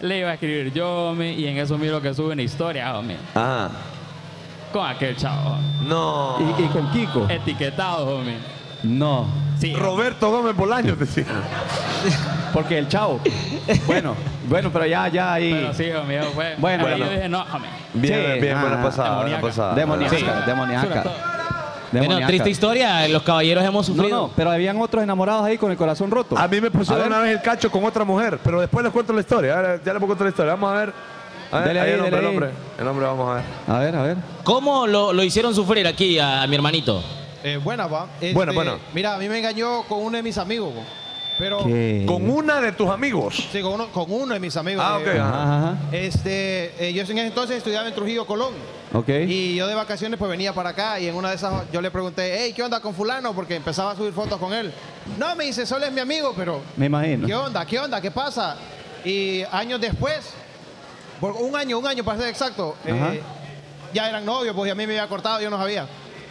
Le iba a escribir yo, homie, y en eso miro que suben historias, homie.
Ah.
Con aquel chavo, homie.
No.
Y, y con Kiko.
Eh. Etiquetado, homie.
No.
Sí.
Roberto Gómez Bolaños decía.
Porque el chavo. Bueno, bueno, pero ya, ya ahí.
Pero sí, homie, eso fue.
Bueno,
Ahí yo
no.
dije, no, homie.
Bien,
Sí,
bien,
ah,
buena pasada, buena
demoníaca.
pasada.
Demoníaca,
Sí.
demoníaca.
bueno,
Demoníaca.
triste historia. Los caballeros hemos
No,
sufrido.
no, pero habían otros enamorados ahí con el corazón roto.
A mí me
A
pusieron
ver.
una vez el cacho con otra mujer, pero después les cuento la historia. Ahora, ya les voy a contar la historia. Vamos a ver. A ver,
Dele
ahí
ahí,
el hombre, el
dele
hombre.
ahí.
El hombre, vamos a ver.
A ver, a ver.
¿Cómo lo, lo hicieron sufrir aquí a, a mi hermanito?
Eh, buena, va. Este,
Buena, buena.
Mira, a mí me engañó con uno de mis amigos, po. Pero.
¿Qué?
Con una de tus amigos.
Sí, con uno, con uno de mis amigos.
Ah, ok.
eh,
ajá.
Ajá, ajá.
Este, eh, yo en ese entonces estudiaba en Trujillo, Colón.
Ok.
Y yo de vacaciones pues venía para acá y en una de esas yo le pregunté, hey, ¿qué onda con fulano? Porque empezaba a subir fotos con él. No, me dice, solo es mi amigo, pero
Me imagino.
¿qué onda? ¿Qué onda? ¿Qué pasa? Y años después, por un año, un año para ser exacto, eh,
Ajá.
ya eran novios, pues y a mí me había cortado, yo no sabía.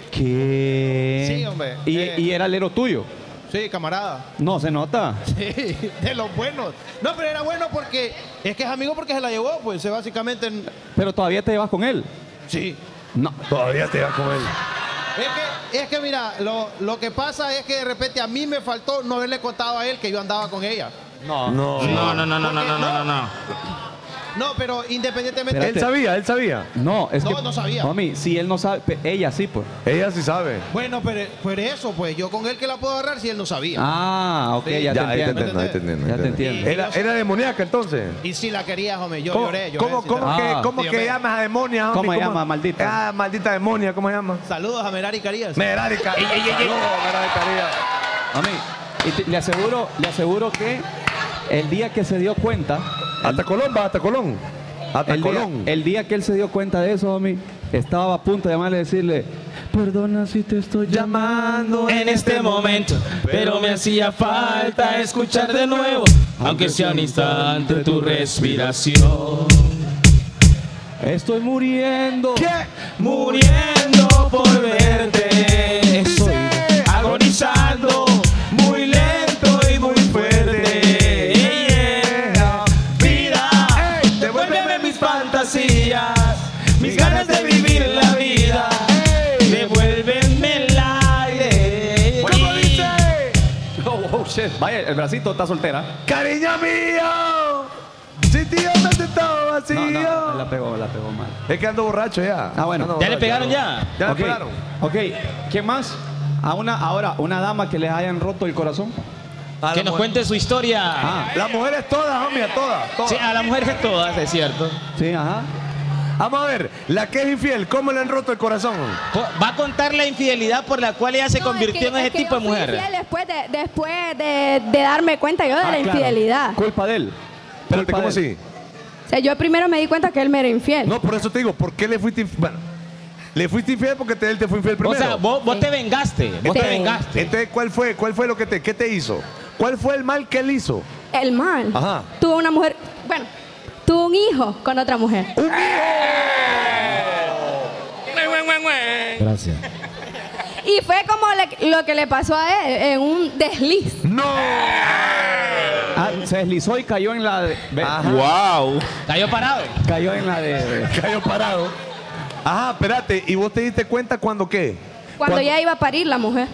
¿Qué?
Sí, hombre.
¿Y,
Eh.
y era el héroe tuyo?
Sí, camarada. [LAUGHS]
No, se nota.
Sí, de los buenos. No, pero era bueno porque es que es amigo porque se la llevó, pues eh, básicamente... en-
Pero todavía te llevas con él.
Sí.
No.
Todavía te vas con él.
Es que, es que mira, lo, lo que pasa es que de repente a mí me faltó no haberle contado a él que yo andaba con ella.
No.
No.
No, no, no, no, no, no, no, no.
No, pero independientemente...
Él
Espérate.
sabía, él sabía.
No, es
No,
que.
no sabía.
Homie, si él no sabe, pe- ella sí, pues.
Ella sí sabe.
Bueno, pero, pero eso, pues yo con él que la puedo agarrar si él no sabía.
Ah, ok,
Sí,
ya, te
ahí
entiendo.
ahí te entiendo.
Ya
ahí
te entiendo.
Era, era demoníaca entonces.
Y si la quería, hombre, yo
¿Cómo,
lloré, lloré.
cómo,
sí,
cómo
también.
que,
Ah.
cómo
Sí,
que
hombre.
llama a demonia? homie?
¿Cómo llama, maldita?
Ah, maldita demonia, ¿cómo llama?
Saludos a Merari Carías.
Merarica. Saludos, Merarica Díaz.
Eh.
Homie, y te- le, aseguro, le aseguro que el día que se dio cuenta.
Hasta Colón va, hasta Colón. Hasta
El día,
Colón.
el día que él se dio cuenta de eso, homie, estaba a punto de llamarle y decirle, perdona si te estoy llamando.
En este momento, pero me hacía falta escuchar de nuevo, aunque sea un instante tu respiración.
Estoy muriendo.
Muriendo por verte, estoy agonizando muy lento y muy fuerte. Yeah. Vida,
Ey,
devuélveme mis fantasías, mis ganas de vivir la vida, devuélveme el aire.
¿Cómo dice?
[LAUGHS] Oh, oh, shit. Vaya, el bracito está soltera.
Cariño mío, si tío no te estaba vacío.
No, no, la pegó, la pegó mal.
Es que ando borracho ya.
Ah, bueno.
Ando
¿Ya le
borracho,
pegaron
ando-
ya?
Ya
Ok,
le pegaron.
Ok, ¿quién más? A una, ahora, una dama que les hayan roto el corazón.
A
Que
la
nos
mujer-
cuente su historia.
Ah,
Las mujeres todas, homie, a todas. todas.
Sí, ah. a las mujeres todas, es cierto.
sí, ajá.
Vamos a ver, la que es infiel, ¿cómo le han roto el corazón?
Co- Va a contar la infidelidad por la cual ella se
No,
convirtió
es que-
en ese
es que
tipo de
yo fui
mujer.
infiel después de, después de, de darme cuenta yo de
Ah,
la
claro.
infidelidad.
Culpa de él.
Espérate,
Culpa
¿cómo
de él.
así?
O sea, yo primero me di cuenta que él me era infiel.
No, por eso te digo, ¿por qué le fuiste infiel? Bueno, le fuiste infiel porque te- él te fue infiel
O
primero. Este-
sea, vos, vos te vengaste, vos te
Sí.
vengaste.
Entonces, ¿cuál fue? ¿Cuál fue lo que te, qué te hizo? ¿Cuál fue el mal que él hizo?
El mal
Ajá.
tuvo una mujer, bueno, tuvo un hijo con otra mujer.
¡Un hijo!
Gracias.
Y fue como le- lo que le pasó a él en un desliz.
¡No! ¡Eh!
Ah, se deslizó y cayó en la de. ve-
Wow.
Cayó parado.
Cayó en la de.
Cayó parado. Ajá, espérate, ¿y vos te diste cuenta cuando qué?
Cuando ya iba a parir la mujer.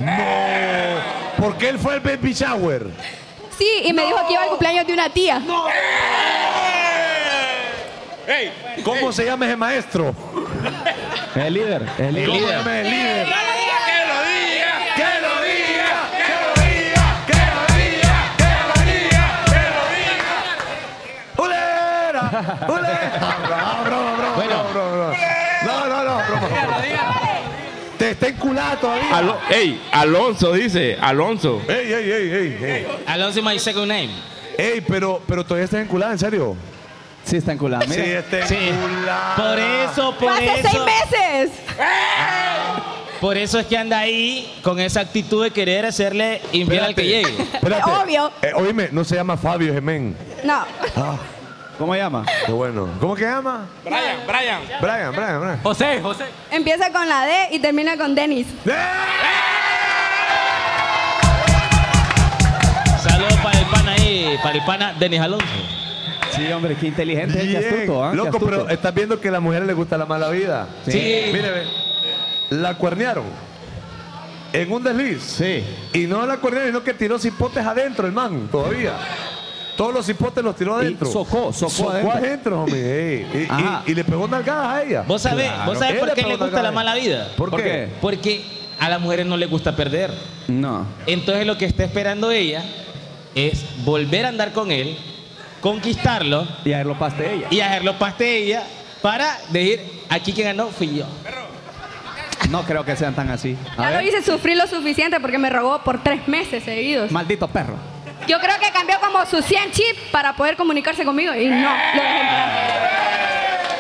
Porque él fue el baby shower.
Sí, y me dijo que iba al cumpleaños de una tía.
¿Cómo se llama ese maestro?
El líder. El líder.
¿Cómo se llama el líder?
lo diga!
broma, broma, broma, broma, broma. No, no, no, broma. Te está enculado todavía.
Alo- ey, Alonso dice, Alonso.
Ey, ey, ey, ey, ey.
Alonso is my second name.
Ey, pero, pero todavía está enculada, ¿en serio?
Sí, está enculada.
Sí, está enculada.
Por eso, por
Hace
eso.
seis meses.
Por eso es que anda ahí con esa actitud de querer hacerle infiel al que llegue.
Espérate.
Obvio.
Eh, oíme, no se llama Fabio Gemén.
No.
¿Cómo llama?
Qué bueno. ¿Cómo que llama?
Brian, Brian.
Brian, Brian, Brian.
José, José.
Empieza con la D y termina con Denis.
¡Eh!
Saludos para el pana ahí, para el pana Denis Alonso.
Sí, hombre, qué inteligente, qué
Bien.
astuto. ¿ah? Qué
Loco, pero eh,
astuto.
estás viendo que a las mujeres les gusta la mala vida.
Sí. Sí.
Mire, ve, la cuernearon. En un desliz. Sí. Y no la cuernearon, sino que tiró cipotes adentro, el man, todavía. Todos los cipotes los tiró adentro.
socó, socó
adentro.
adentro.
homie, ey. Y- Y,
Ajá.
y le pegó nalgadas a ella.
¿Vos sabés,
Claro.
¿vos sabés
Él
por qué
pegó
le gusta
nalgadas
la
a
mala
ella.
vida?
¿Por, qué?
Porque a las mujeres no les gusta perder.
No.
Entonces lo que está esperando ella es volver a andar con él, conquistarlo
Y a él lo paste ella.
y hacerlo paste ella para decir, aquí que ganó fui yo.
No creo que sean tan así. A
Ya lo
ver.
hice sufrir lo suficiente porque me robó por tres meses seguidos.
Maldito perro.
Yo creo que cambió como su 100 chip para poder comunicarse conmigo y no, lo dejé en paz.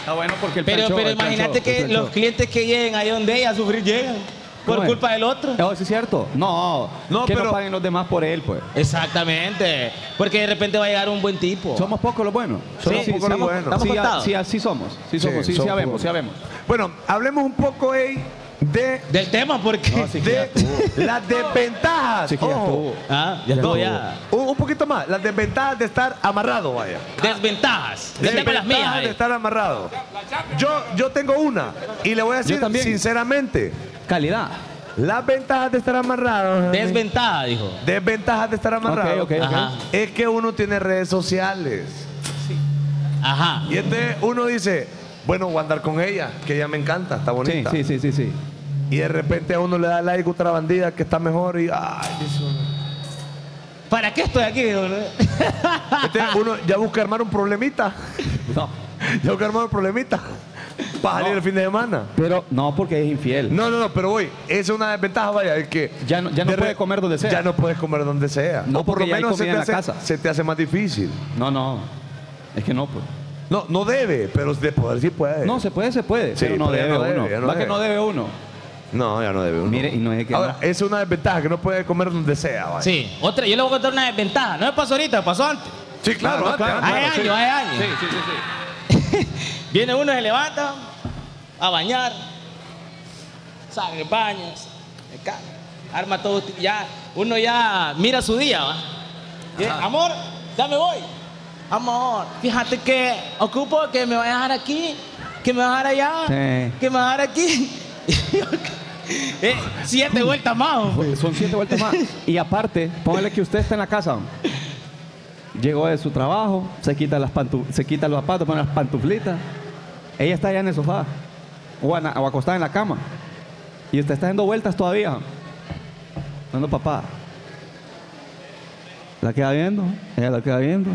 Está bueno porque el
Pero,
planchó,
pero
el planchó,
imagínate
el
que
planchó.
los clientes que lleguen ahí donde ella a sufrir llegan por
¿Cómo es?
culpa del otro.
Oh, sí es cierto. No,
No,
que
pero-
no paguen los demás por él, pues.
Exactamente. Porque de repente va a llegar un buen tipo.
Somos pocos los buenos.
Somos pocos los
estamos-
buenos.
estamos
Sí, ya-
contados. sí, así somos. Sí somos, sí, sí,
somos
sabemos,
pocos.
sí sabemos.
Bueno, hablemos un poco, ey, de,
Del tema, porque.
No, Ah, sí que ya
de
estuvo.
las desventajas.
Sí que ya
Ojo.
estuvo.
Ah, ya estuvo, ya.
Un, un poquito más, las desventajas de estar amarrado, vaya.
[LAUGHS] Desventajas. Yo tengo las mías.
Desventajas de
ahí.
estar amarrado. Yo, yo tengo una y le voy a decir
Yo también.
sinceramente,
Calidad.
las ventajas de estar amarrado. Desventajas
Desventaja, dijo.
de estar amarrado
Ok, ok, ok.
Ajá.
es que uno tiene redes sociales.
Ajá.
Y entonces uno dice, bueno, voy a andar con ella, que ella me encanta, está
Sí,
bonita.
sí, sí, sí, sí.
Y de repente a uno le da like a otra bandida que está mejor y ay, dice uno.
¿Para qué estoy aquí? boludo?
Entonces, este, uno ya busca armar un problemita. [LAUGHS]
No.
Ya busca armar un problemita. Para salir el fin de semana.
Pero no porque es infiel.
No, no, no, pero voy. Es una desventaja, vaya, es que.
Ya no- ya no
de re-
puede comer donde sea.
Ya no puedes comer donde sea.
No,
o por lo
porque ya hay
menos se te,
comida en
hace,
la casa.
se te hace más difícil.
No, no. Es que no, pues.
No, no debe, pero de poder sí puede.
No, se puede, se puede.
Eh. Sí,
pero no
pero ya
debe,
no debe, ya no
uno. Va que
debe.
no debe uno.
No, ya no debe. uno.
Mire, y no es que.
Ahora, es una desventaja que no puede comer donde sea, vaya.
Sí. Otra, yo le voy a contar una desventaja. No me pasó ahorita, pasó antes.
Sí, claro, ah,
Claro,
antes,
Ah, claro.
Hace
antes.
años, hace años.
sí, sí, sí.
[LAUGHS] Viene uno, se levanta, a bañar, sale del baño, se caga, arma todo. Ya, uno ya mira su día, ¿va? Y, Amor, ya me voy. Amor, fíjate que ocupo que me va a dejar aquí, que me va a dejar allá,
Sí.
que me va a dejar aquí. [LAUGHS] Eh, siete vueltas más. ¿o?
Oye, son siete vueltas más. Y aparte, póngale que usted está en la casa. Llegó de su trabajo, se quita, las pantu- se quita los zapatos, pone las pantuflitas. Ella está allá en el sofá o, en la- o acostada en la cama. Y usted está dando vueltas todavía. Dando papá. La queda viendo, ella la queda viendo.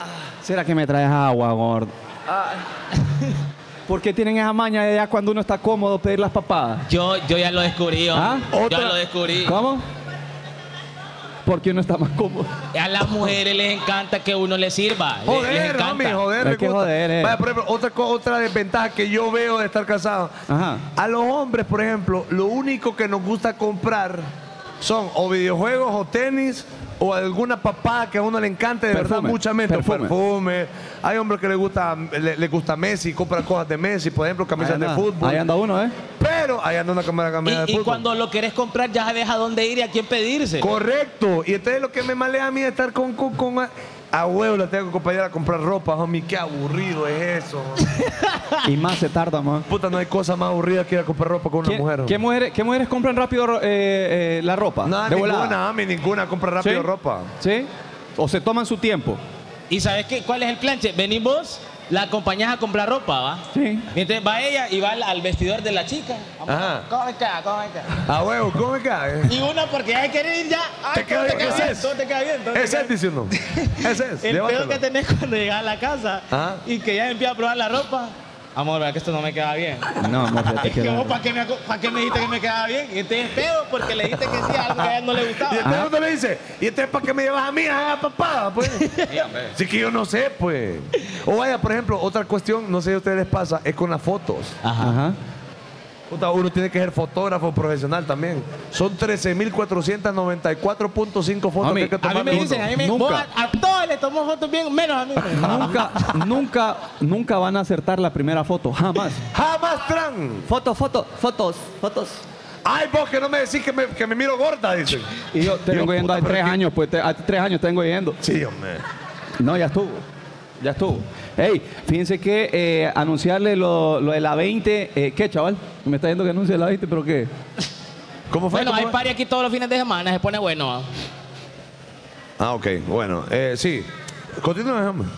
Ah, ¿Será que me traes agua, gordo? [LAUGHS] ¿Por qué tienen esa maña de ya cuando uno está cómodo pedir las papadas?
Yo, yo ya lo descubrí. hombre.
¿Ah?
Yo
Otra-
ya lo descubrí.
¿Cómo? Porque uno está más cómodo.
A las mujeres les encanta que uno les sirva. le- les
ah, Joder,
encanta.
mami, joder,
Hay
me
que
gusta.
joder, eh.
Vaya, por ejemplo, otra, co- otra desventaja que yo veo de estar casado.
Ajá.
A los hombres, por ejemplo, lo único que nos gusta comprar son o videojuegos o tenis o alguna papada que a uno le encante de verdad
Perfume,
muchamente. Perfume.
perfume.
perfume. Hay hombres que le gusta, le, le gusta Messi, compra cosas de Messi, por ejemplo,
Ahí
camisas de
anda,
fútbol.
Ahí anda uno, ¿eh?
Pero ahí anda una cámara camisa de
Y, y
fútbol.
cuando lo querés comprar, ya sabes a dónde ir y a quién pedirse.
Correcto. Y entonces lo que me malea a mí es estar con con, con a, a huevo la tengo que acompañar a comprar ropa, homie. Qué aburrido es
[LAUGHS]
eso. homie.
Y más se tarda, man.
Puta, no hay cosa más aburrida que ir a comprar ropa con una
¿Qué,
mujer.
qué mujeres, ¿Qué mujeres compran rápido ro- eh, eh, la ropa?
Nada,
De volada.
ninguna, homie, ninguna compra rápido
¿Sí?
ropa.
¿Sí? O se toman su tiempo.
¿Y sabes qué? cuál es el planche? Venís vos, La acompañás a comprar ropa, ¿va? Sí. Y entonces va ella y va al, al vestidor de la chica. Vamos,
Ajá.
¿Cómo está? ¿Cómo está?
A huevo, ¿cómo
[LAUGHS]
cae?
Y una porque ya quiere ir ya. Ay,
Te
todo te
queda bien,
queda
ese
bien,
es.
todo te queda bien, todo te
Ese
queda
es diciendo. Ese es.
El peor
llévatelo.
que tenés [LAUGHS] cuando llegas a la casa
Ajá.
y que ya empiezas a probar la ropa. Amor, ¿verdad que esto no me queda bien?
No, no, [LAUGHS] fíjate
Es que vos, ¿para qué, me, aco- ¿para qué me dijiste que me quedaba bien? Y entonces pedo porque le dijiste que sí a algo que a él no le gustaba.
Y
Ah.
este otro le dice, ¿y este es para qué me llevas a mí, a papá? Pues. Así que yo no sé, pues. O vaya, por ejemplo, otra cuestión, no sé si a ustedes les pasa, es con las fotos.
Ajá.
Puta, uno tiene que ser fotógrafo profesional también. Son 13.494.5 fotos
Homie,
que hay que
a mí
tomar
me
uno.
dicen, a mí me- Nunca.
Vos a, a todos les tomó fotos bien, menos a mí.
Nunca, nunca, nunca van a acertar la primera foto, jamás.
¡Jamás, Tran!
Fotos, fotos, fotos, fotos.
Ay, vos que no me decís que me, que me miro gorda, dicen.
Y yo te vengo yendo
puta,
hace
pero
tres
es que-
años, pues te- hace tres años tengo yendo.
Sí, hombre.
No, ya estuvo. Ya estuvo. Ey, fíjense que eh, anunciarle lo, lo de la 20. eh, ¿Qué, chaval? Me está diciendo que anuncie la 20, pero ¿qué?
¿Cómo
Bueno, hay pari aquí todos los fines de semana, se pone bueno. ¿ah?
Ah, ok, bueno, eh, sí. Continúa, [LAUGHS] hombre.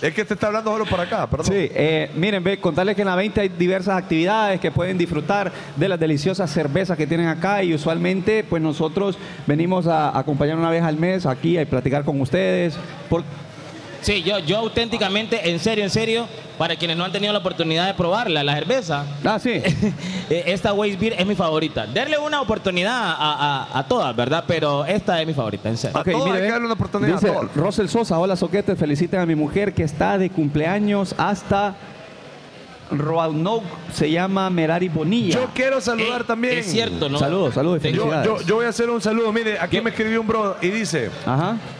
es que te está hablando solo para acá, perdón.
Sí, eh, miren, ve, contarles que en la 20 hay diversas actividades que pueden disfrutar de las deliciosas cervezas que tienen acá y usualmente pues nosotros venimos a acompañar una vez al mes aquí a platicar con ustedes. Por,
Sí, yo, yo auténticamente, en serio, en serio, para quienes no han tenido la oportunidad de probarla, la cerveza. [LAUGHS] eh,
Ah, sí.
esta Weiss Beer es mi favorita. Darle una oportunidad a, a- a todas, ¿verdad? Pero esta es mi favorita, en serio.
Ok, mire, ve, Dice Rosel Sosa, hola Soquete, feliciten a mi mujer que está de cumpleaños hasta Roanoke, se llama Merari Bonilla.
Yo quiero
Eh,
saludar también.
Saludos, saludos, y
Yo,
felicidades.
yo- yo voy a hacer un saludo. Mire, aquí me escribió un bro y dice: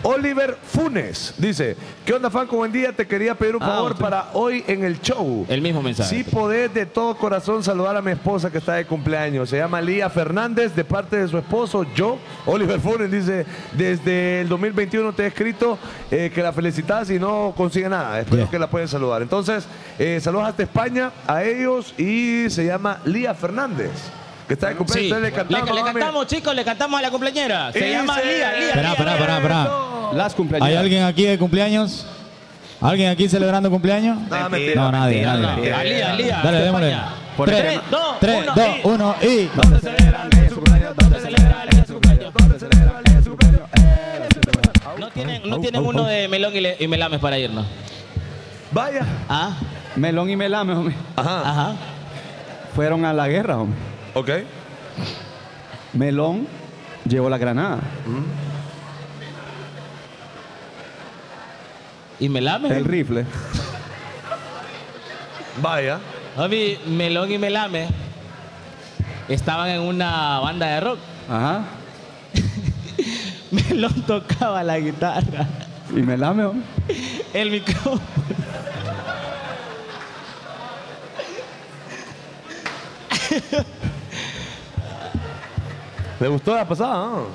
Oliver Funes dice: ¿Qué onda, Franco? Buen día. Te quería pedir un
Ah,
favor
usted.
para hoy en el show.
El mismo mensaje.
Si podés de todo corazón saludar a mi esposa que está de cumpleaños. Se llama Lía Fernández, de parte de su esposo, yo, Oliver Funes, dice, desde el 2021 te he escrito eh, que la felicitas y no consigue nada. Espero que la puedas saludar. Entonces, eh, saludos hasta España a ellos y se llama Lía Fernández, que está de cumpleaños.
Sí.
Entonces, le
le,
cantamos,
le
mami.
cantamos, chicos, le cantamos a la cumpleañera. Se
Y
llama
se-
Lía, Lía.
Esperá, esperá, esperá, esperá.
Las cumpleaños.
¿Hay alguien aquí de cumpleaños? ¿Alguien aquí celebrando cumpleaños?
No, mentira,
No, nadie,
mentira,
nadie.
mentira.
Alía, Alía,
Dale,
de
démosle.
España.
Por
Tres,
el-
dos,
tres,
uno,
dos,
y-
uno y.
No tienen, no tienen uno de melón y, le- y melames para irnos.
Vaya.
Ah.
Melón y Melame, hombre.
Ajá.
Ajá.
Fueron a la guerra, hombre.
Ok.
Melón llevó la granada.
¿Y melame?
El rifle.
Vaya.
A mí, Melón y Melame estaban en una banda de rock. [LAUGHS]
Ajá.
Melón tocaba la guitarra,
Y Melame, hombre.
el micrófono.
¿Le gustó la pasada? no?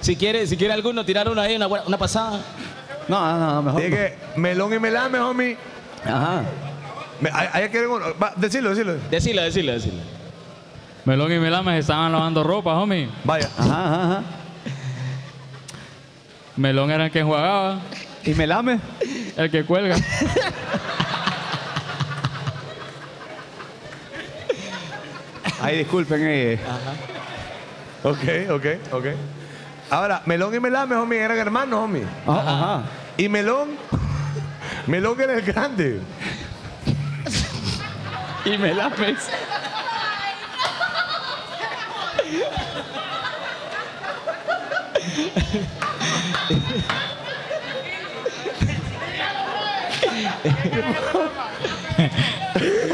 Si quiere, si quiere alguno, tirar uno ahí, una, buena- una pasada.
No, no, no,
Ah.
mejor.
Dije que melón y melame, homie.
Ajá.
Me- ahí- ahí quieren uno. Va, decilo, decilo.
Decilo, decilo, decilo.
Melón y Melames estaban lavando ropa, homie.
Vaya.
Ajá, ajá, ajá.
Melón era el que enjuagaba,
Y Melame.
el que cuelga.
Ay, disculpen. eh.
Ah, Ok, ok, ok. Ahora, melón y melame, homie, eran hermanos, homie.
Ajá,
ah.
ajá.
Y melón. [LAUGHS] melón era el grande.
Y Melames.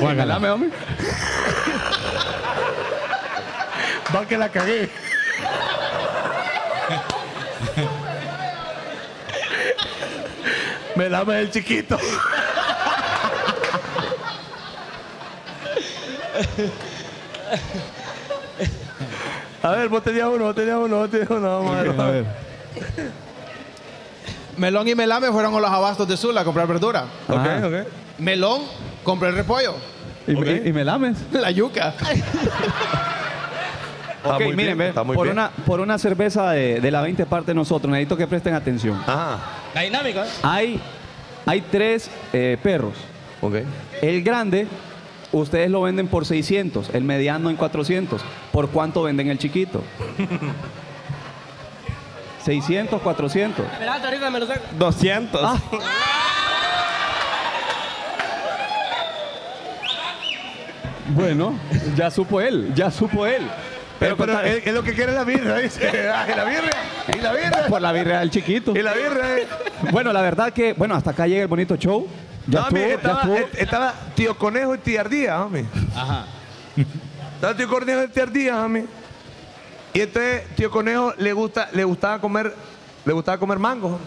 Guácala.
Melame, hombre.
Va que la cagué. [LAUGHS] melame es el chiquito. [LAUGHS] A ver, vos tenías uno, vos tenías uno, vos tenías uno. Vamos a ver.
A ver.
Melón y Melame fueron a los abastos de Sula a comprar verdura.
Ajá.
Ok, ok.
Melón compró el repollo,
Y, y- y Melames.
la yuca.
Está
Ok,
muy bien,
miren, ve,
Ah, está muy
por,
bien.
una, por una cerveza de, de la 20 parte de nosotros, necesito que presten atención.
Ajá.
La dinámica. ¿eh?
Hay Hay tres eh, perros. El grande, ustedes lo venden por 600, el mediano en 400. ¿Por cuánto venden el chiquito? [LAUGHS] 600, 400.
Espérate, ahorita me lo saco.
200. Bueno, ya supo él, ya supo él.
Pero, es, es lo que quiere la birra, dice. [LAUGHS] Ay, la birra, y la
[LAUGHS]
birra.
Por la birra del chiquito.
Y la birra, eh.
Bueno, la verdad que, bueno, hasta acá llega el bonito show. Ya
no,
estuvo,
mire,
ya
estaba,
estuvo.
est- estaba tío Conejo y tía Ardía, homie.
Ajá.
Estaba tío Conejo y tía Ardía, homie. Y entonces tío Conejo le gusta, le gustaba comer, le gustaba comer mango. homie.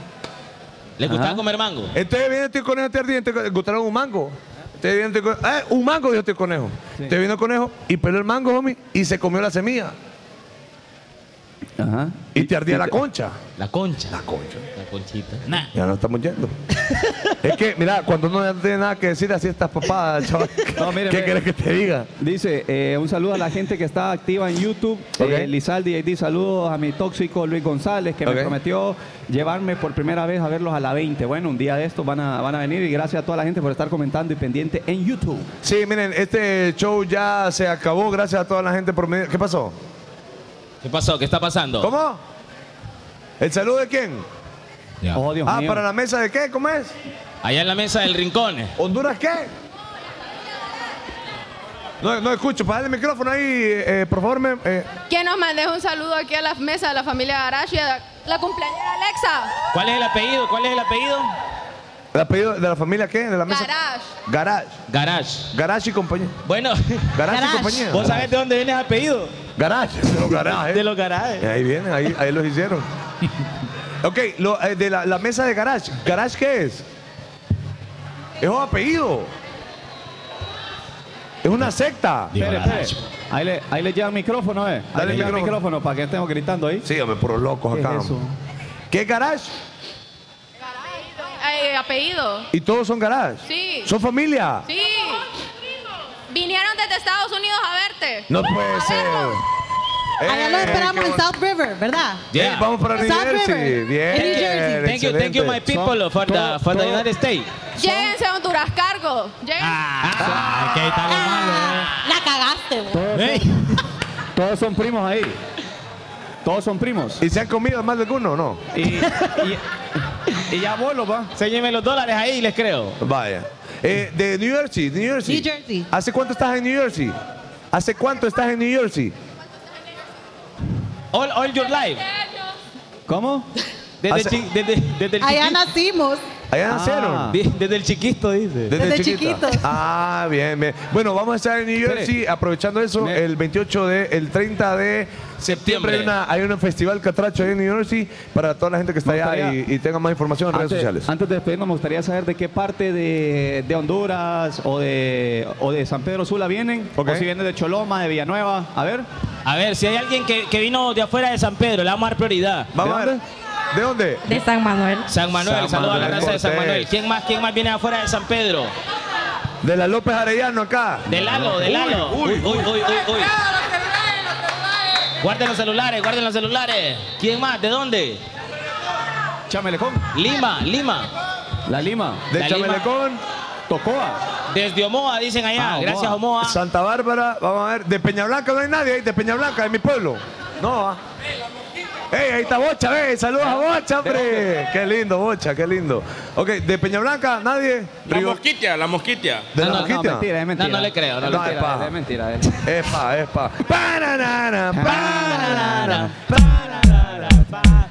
¿Le gustaba comer mango?
Entonces viene tío Conejo y tía Ardía, entonces gustaron un mango. Entonces viene tío Conejo, "Eh, un mango, dijo tío Conejo. Entonces vino el conejo y peló el mango, homie, y se comió la semilla.
Ajá.
Y te ardía la concha.
La concha.
La concha.
La conchita. Nah.
Ya no estamos yendo. es que, mira, cuando uno no tiene nada que decir, así estás papada, chaval. ¿Qué querés que te diga?
Dice, eh, un saludo a la gente que está activa en YouTube. Eh, Lizaldi ID, saludos a mi tóxico Luis González, que
Ok.
me prometió llevarme por primera vez a verlos a la 20. Bueno, un día de estos van a, van a venir y gracias a toda la gente por estar comentando y pendiente en YouTube.
Sí, miren, este show ya se acabó. Gracias a toda la gente por medio. ¿Qué pasó?
¿Qué pasó? ¿Qué está pasando?
¿Cómo? ¿El saludo de quién?
Oh, Dios
ah,
mío.
¿para la mesa de qué? ¿Cómo es?
Allá en la mesa del rincón.
¿Honduras qué? No, no escucho. Pásale el micrófono ahí, eh, por favor. me- eh.
Que nos mandes un saludo aquí a la mesa de la familia Garashi, a la cumpleañera Alexa.
¿Cuál es el apellido? ¿Cuál es el apellido?
¿El apellido de la familia qué? ¿De la mesa?
Garash.
Garage.
Garage.
Garage y compañía.
Bueno.
Garage, y compañía.
¿Vos sabés de dónde viene el apellido?
Garage. De los garajes.
De los garajes.
Ahí vienen, ahí, ahí
[LAUGHS]
los hicieron. Ok, lo, eh, de la, la mesa de garage. ¿Garage qué es? Es un apellido. Es una secta.
Espere, espere. Ahí le, ahí le lleva el micrófono, eh. Ahí
Dale
le
el
lleva el
micrófono.
micrófono para que estemos gritando ahí.
Sí, hombre, puros locos
¿Qué
acá.
es eso?
hombre. ¿Qué es garage?
Eh, apellido.
Y todos son garage.
Sí.
¿Son familia?
Sí. Vinieron desde Estados Unidos a verte.
No puede ser.
Allá lo
Eh,
esperamos
qué
en South River, ¿verdad?
Yeah. Hey, vamos para New
South
Jersey.
River.
Bien.
En New
eh,
Jersey.
Thank you, thank you, my people for the, for the United States.
Lléguense a Honduras Cargo. Lléguense.
Ah.
La cagaste, güey.
Todos, son, todos son primos ahí. Todos son primos.
¿Y se han comido más de alguno o no?
Y, y- y ya volo, pa.
Séñeme los dólares ahí y les creo.
Vaya. Eh, de New Jersey, New Jersey.
New Jersey.
¿Hace cuánto estás en New Jersey? ¿Hace cuánto estás en New Jersey?
All, all your life.
¿Cómo?
Desde,
Hace- Ah.
chi- desde, desde el
Allá
chiquito. Ah.
nacimos.
Allá
Ah.
nacieron.
Di- Desde el chiquito, dice.
Desde,
Desde
chiquita.
chiquitos.
Ah, bien, bien. Bueno, vamos a estar en New
Espere.
Jersey, aprovechando eso, el 28 de, el 30 de septiembre hay, una- hay un festival catracho ahí en New Jersey para toda la gente que está
Me
allá y,
gustaría-
y tenga más información en redes
Antes-
sociales.
Antes de despedirnos, me gustaría saber de qué parte de, de Honduras o de, o de San Pedro Sula vienen. O si vienen de Choloma, de Villanueva. A ver.
A ver, si hay alguien que, que vino de afuera de San Pedro, le vamos a dar prioridad.
Vamos a ver. ¿De dónde?
De San Manuel. San Manuel,
San
saludos a la
Manuel
raza de San
Cortés.
Manuel. ¿Quién más, quién más viene afuera de San Pedro?
De la López Arellano acá.
De Lalo, de Lalo. Uy, uy, uy, uy, uy. Guarden los celulares, guarden los celulares. ¿Quién más? ¿De dónde?
Chamelecón.
Lima, Lima.
La Lima.
De
La Lima.
Chamelecón.
Tocoa.
Desde Omoa, dicen allá.
Ah,
Gracias, Omoa.
Santa Bárbara, vamos a ver. De Peñablanca no hay nadie ahí, de Peñablanca, de mi pueblo. No, ah. ¡Ey, ahí está Bocha, ve! ¡Saludos a Bocha, hombre! ¡Qué lindo, Bocha, qué lindo! Ok, de Peñablanca, nadie.
La mosquitia, la mosquitia.
¿De la mosquita?
No, no le creo, no, le
No, es
creo.
paja.
Es mentira. Es
Es pa, es pa. Bananana, bananana.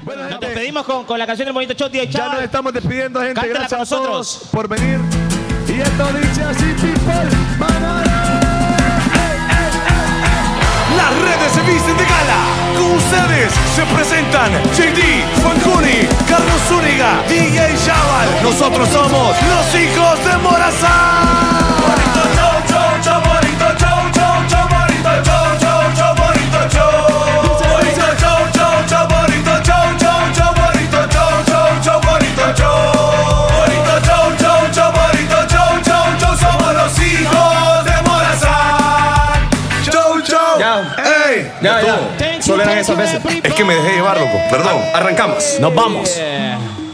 Nos despedimos con, con la canción del bonito Choti y
Ya nos estamos despidiendo, gente.
Cántela
Gracias
con
a
nosotros.
todos por venir. Y esto dice así, people.
Las redes se visten de gala. Con ustedes se presentan JD, Fancuni, Carlos Zúñiga, DJ Chaval. Nosotros somos los hijos de Morazán. Bonito show, show, show, bonito show, show, show, bonito show, show, show, bonito show. Bonito show, show, show, bonito show, show, show, bonito show, show, show, bonito show. Bonito show, show, show, bonito show, show, show. Somos los hijos de Morazán. Chau, chau. Ey, ya, ya.
Solo eran esas
veces. Es que me dejé llevar, loco. Perdón. Arrancamos. Nos vamos.
Yeah.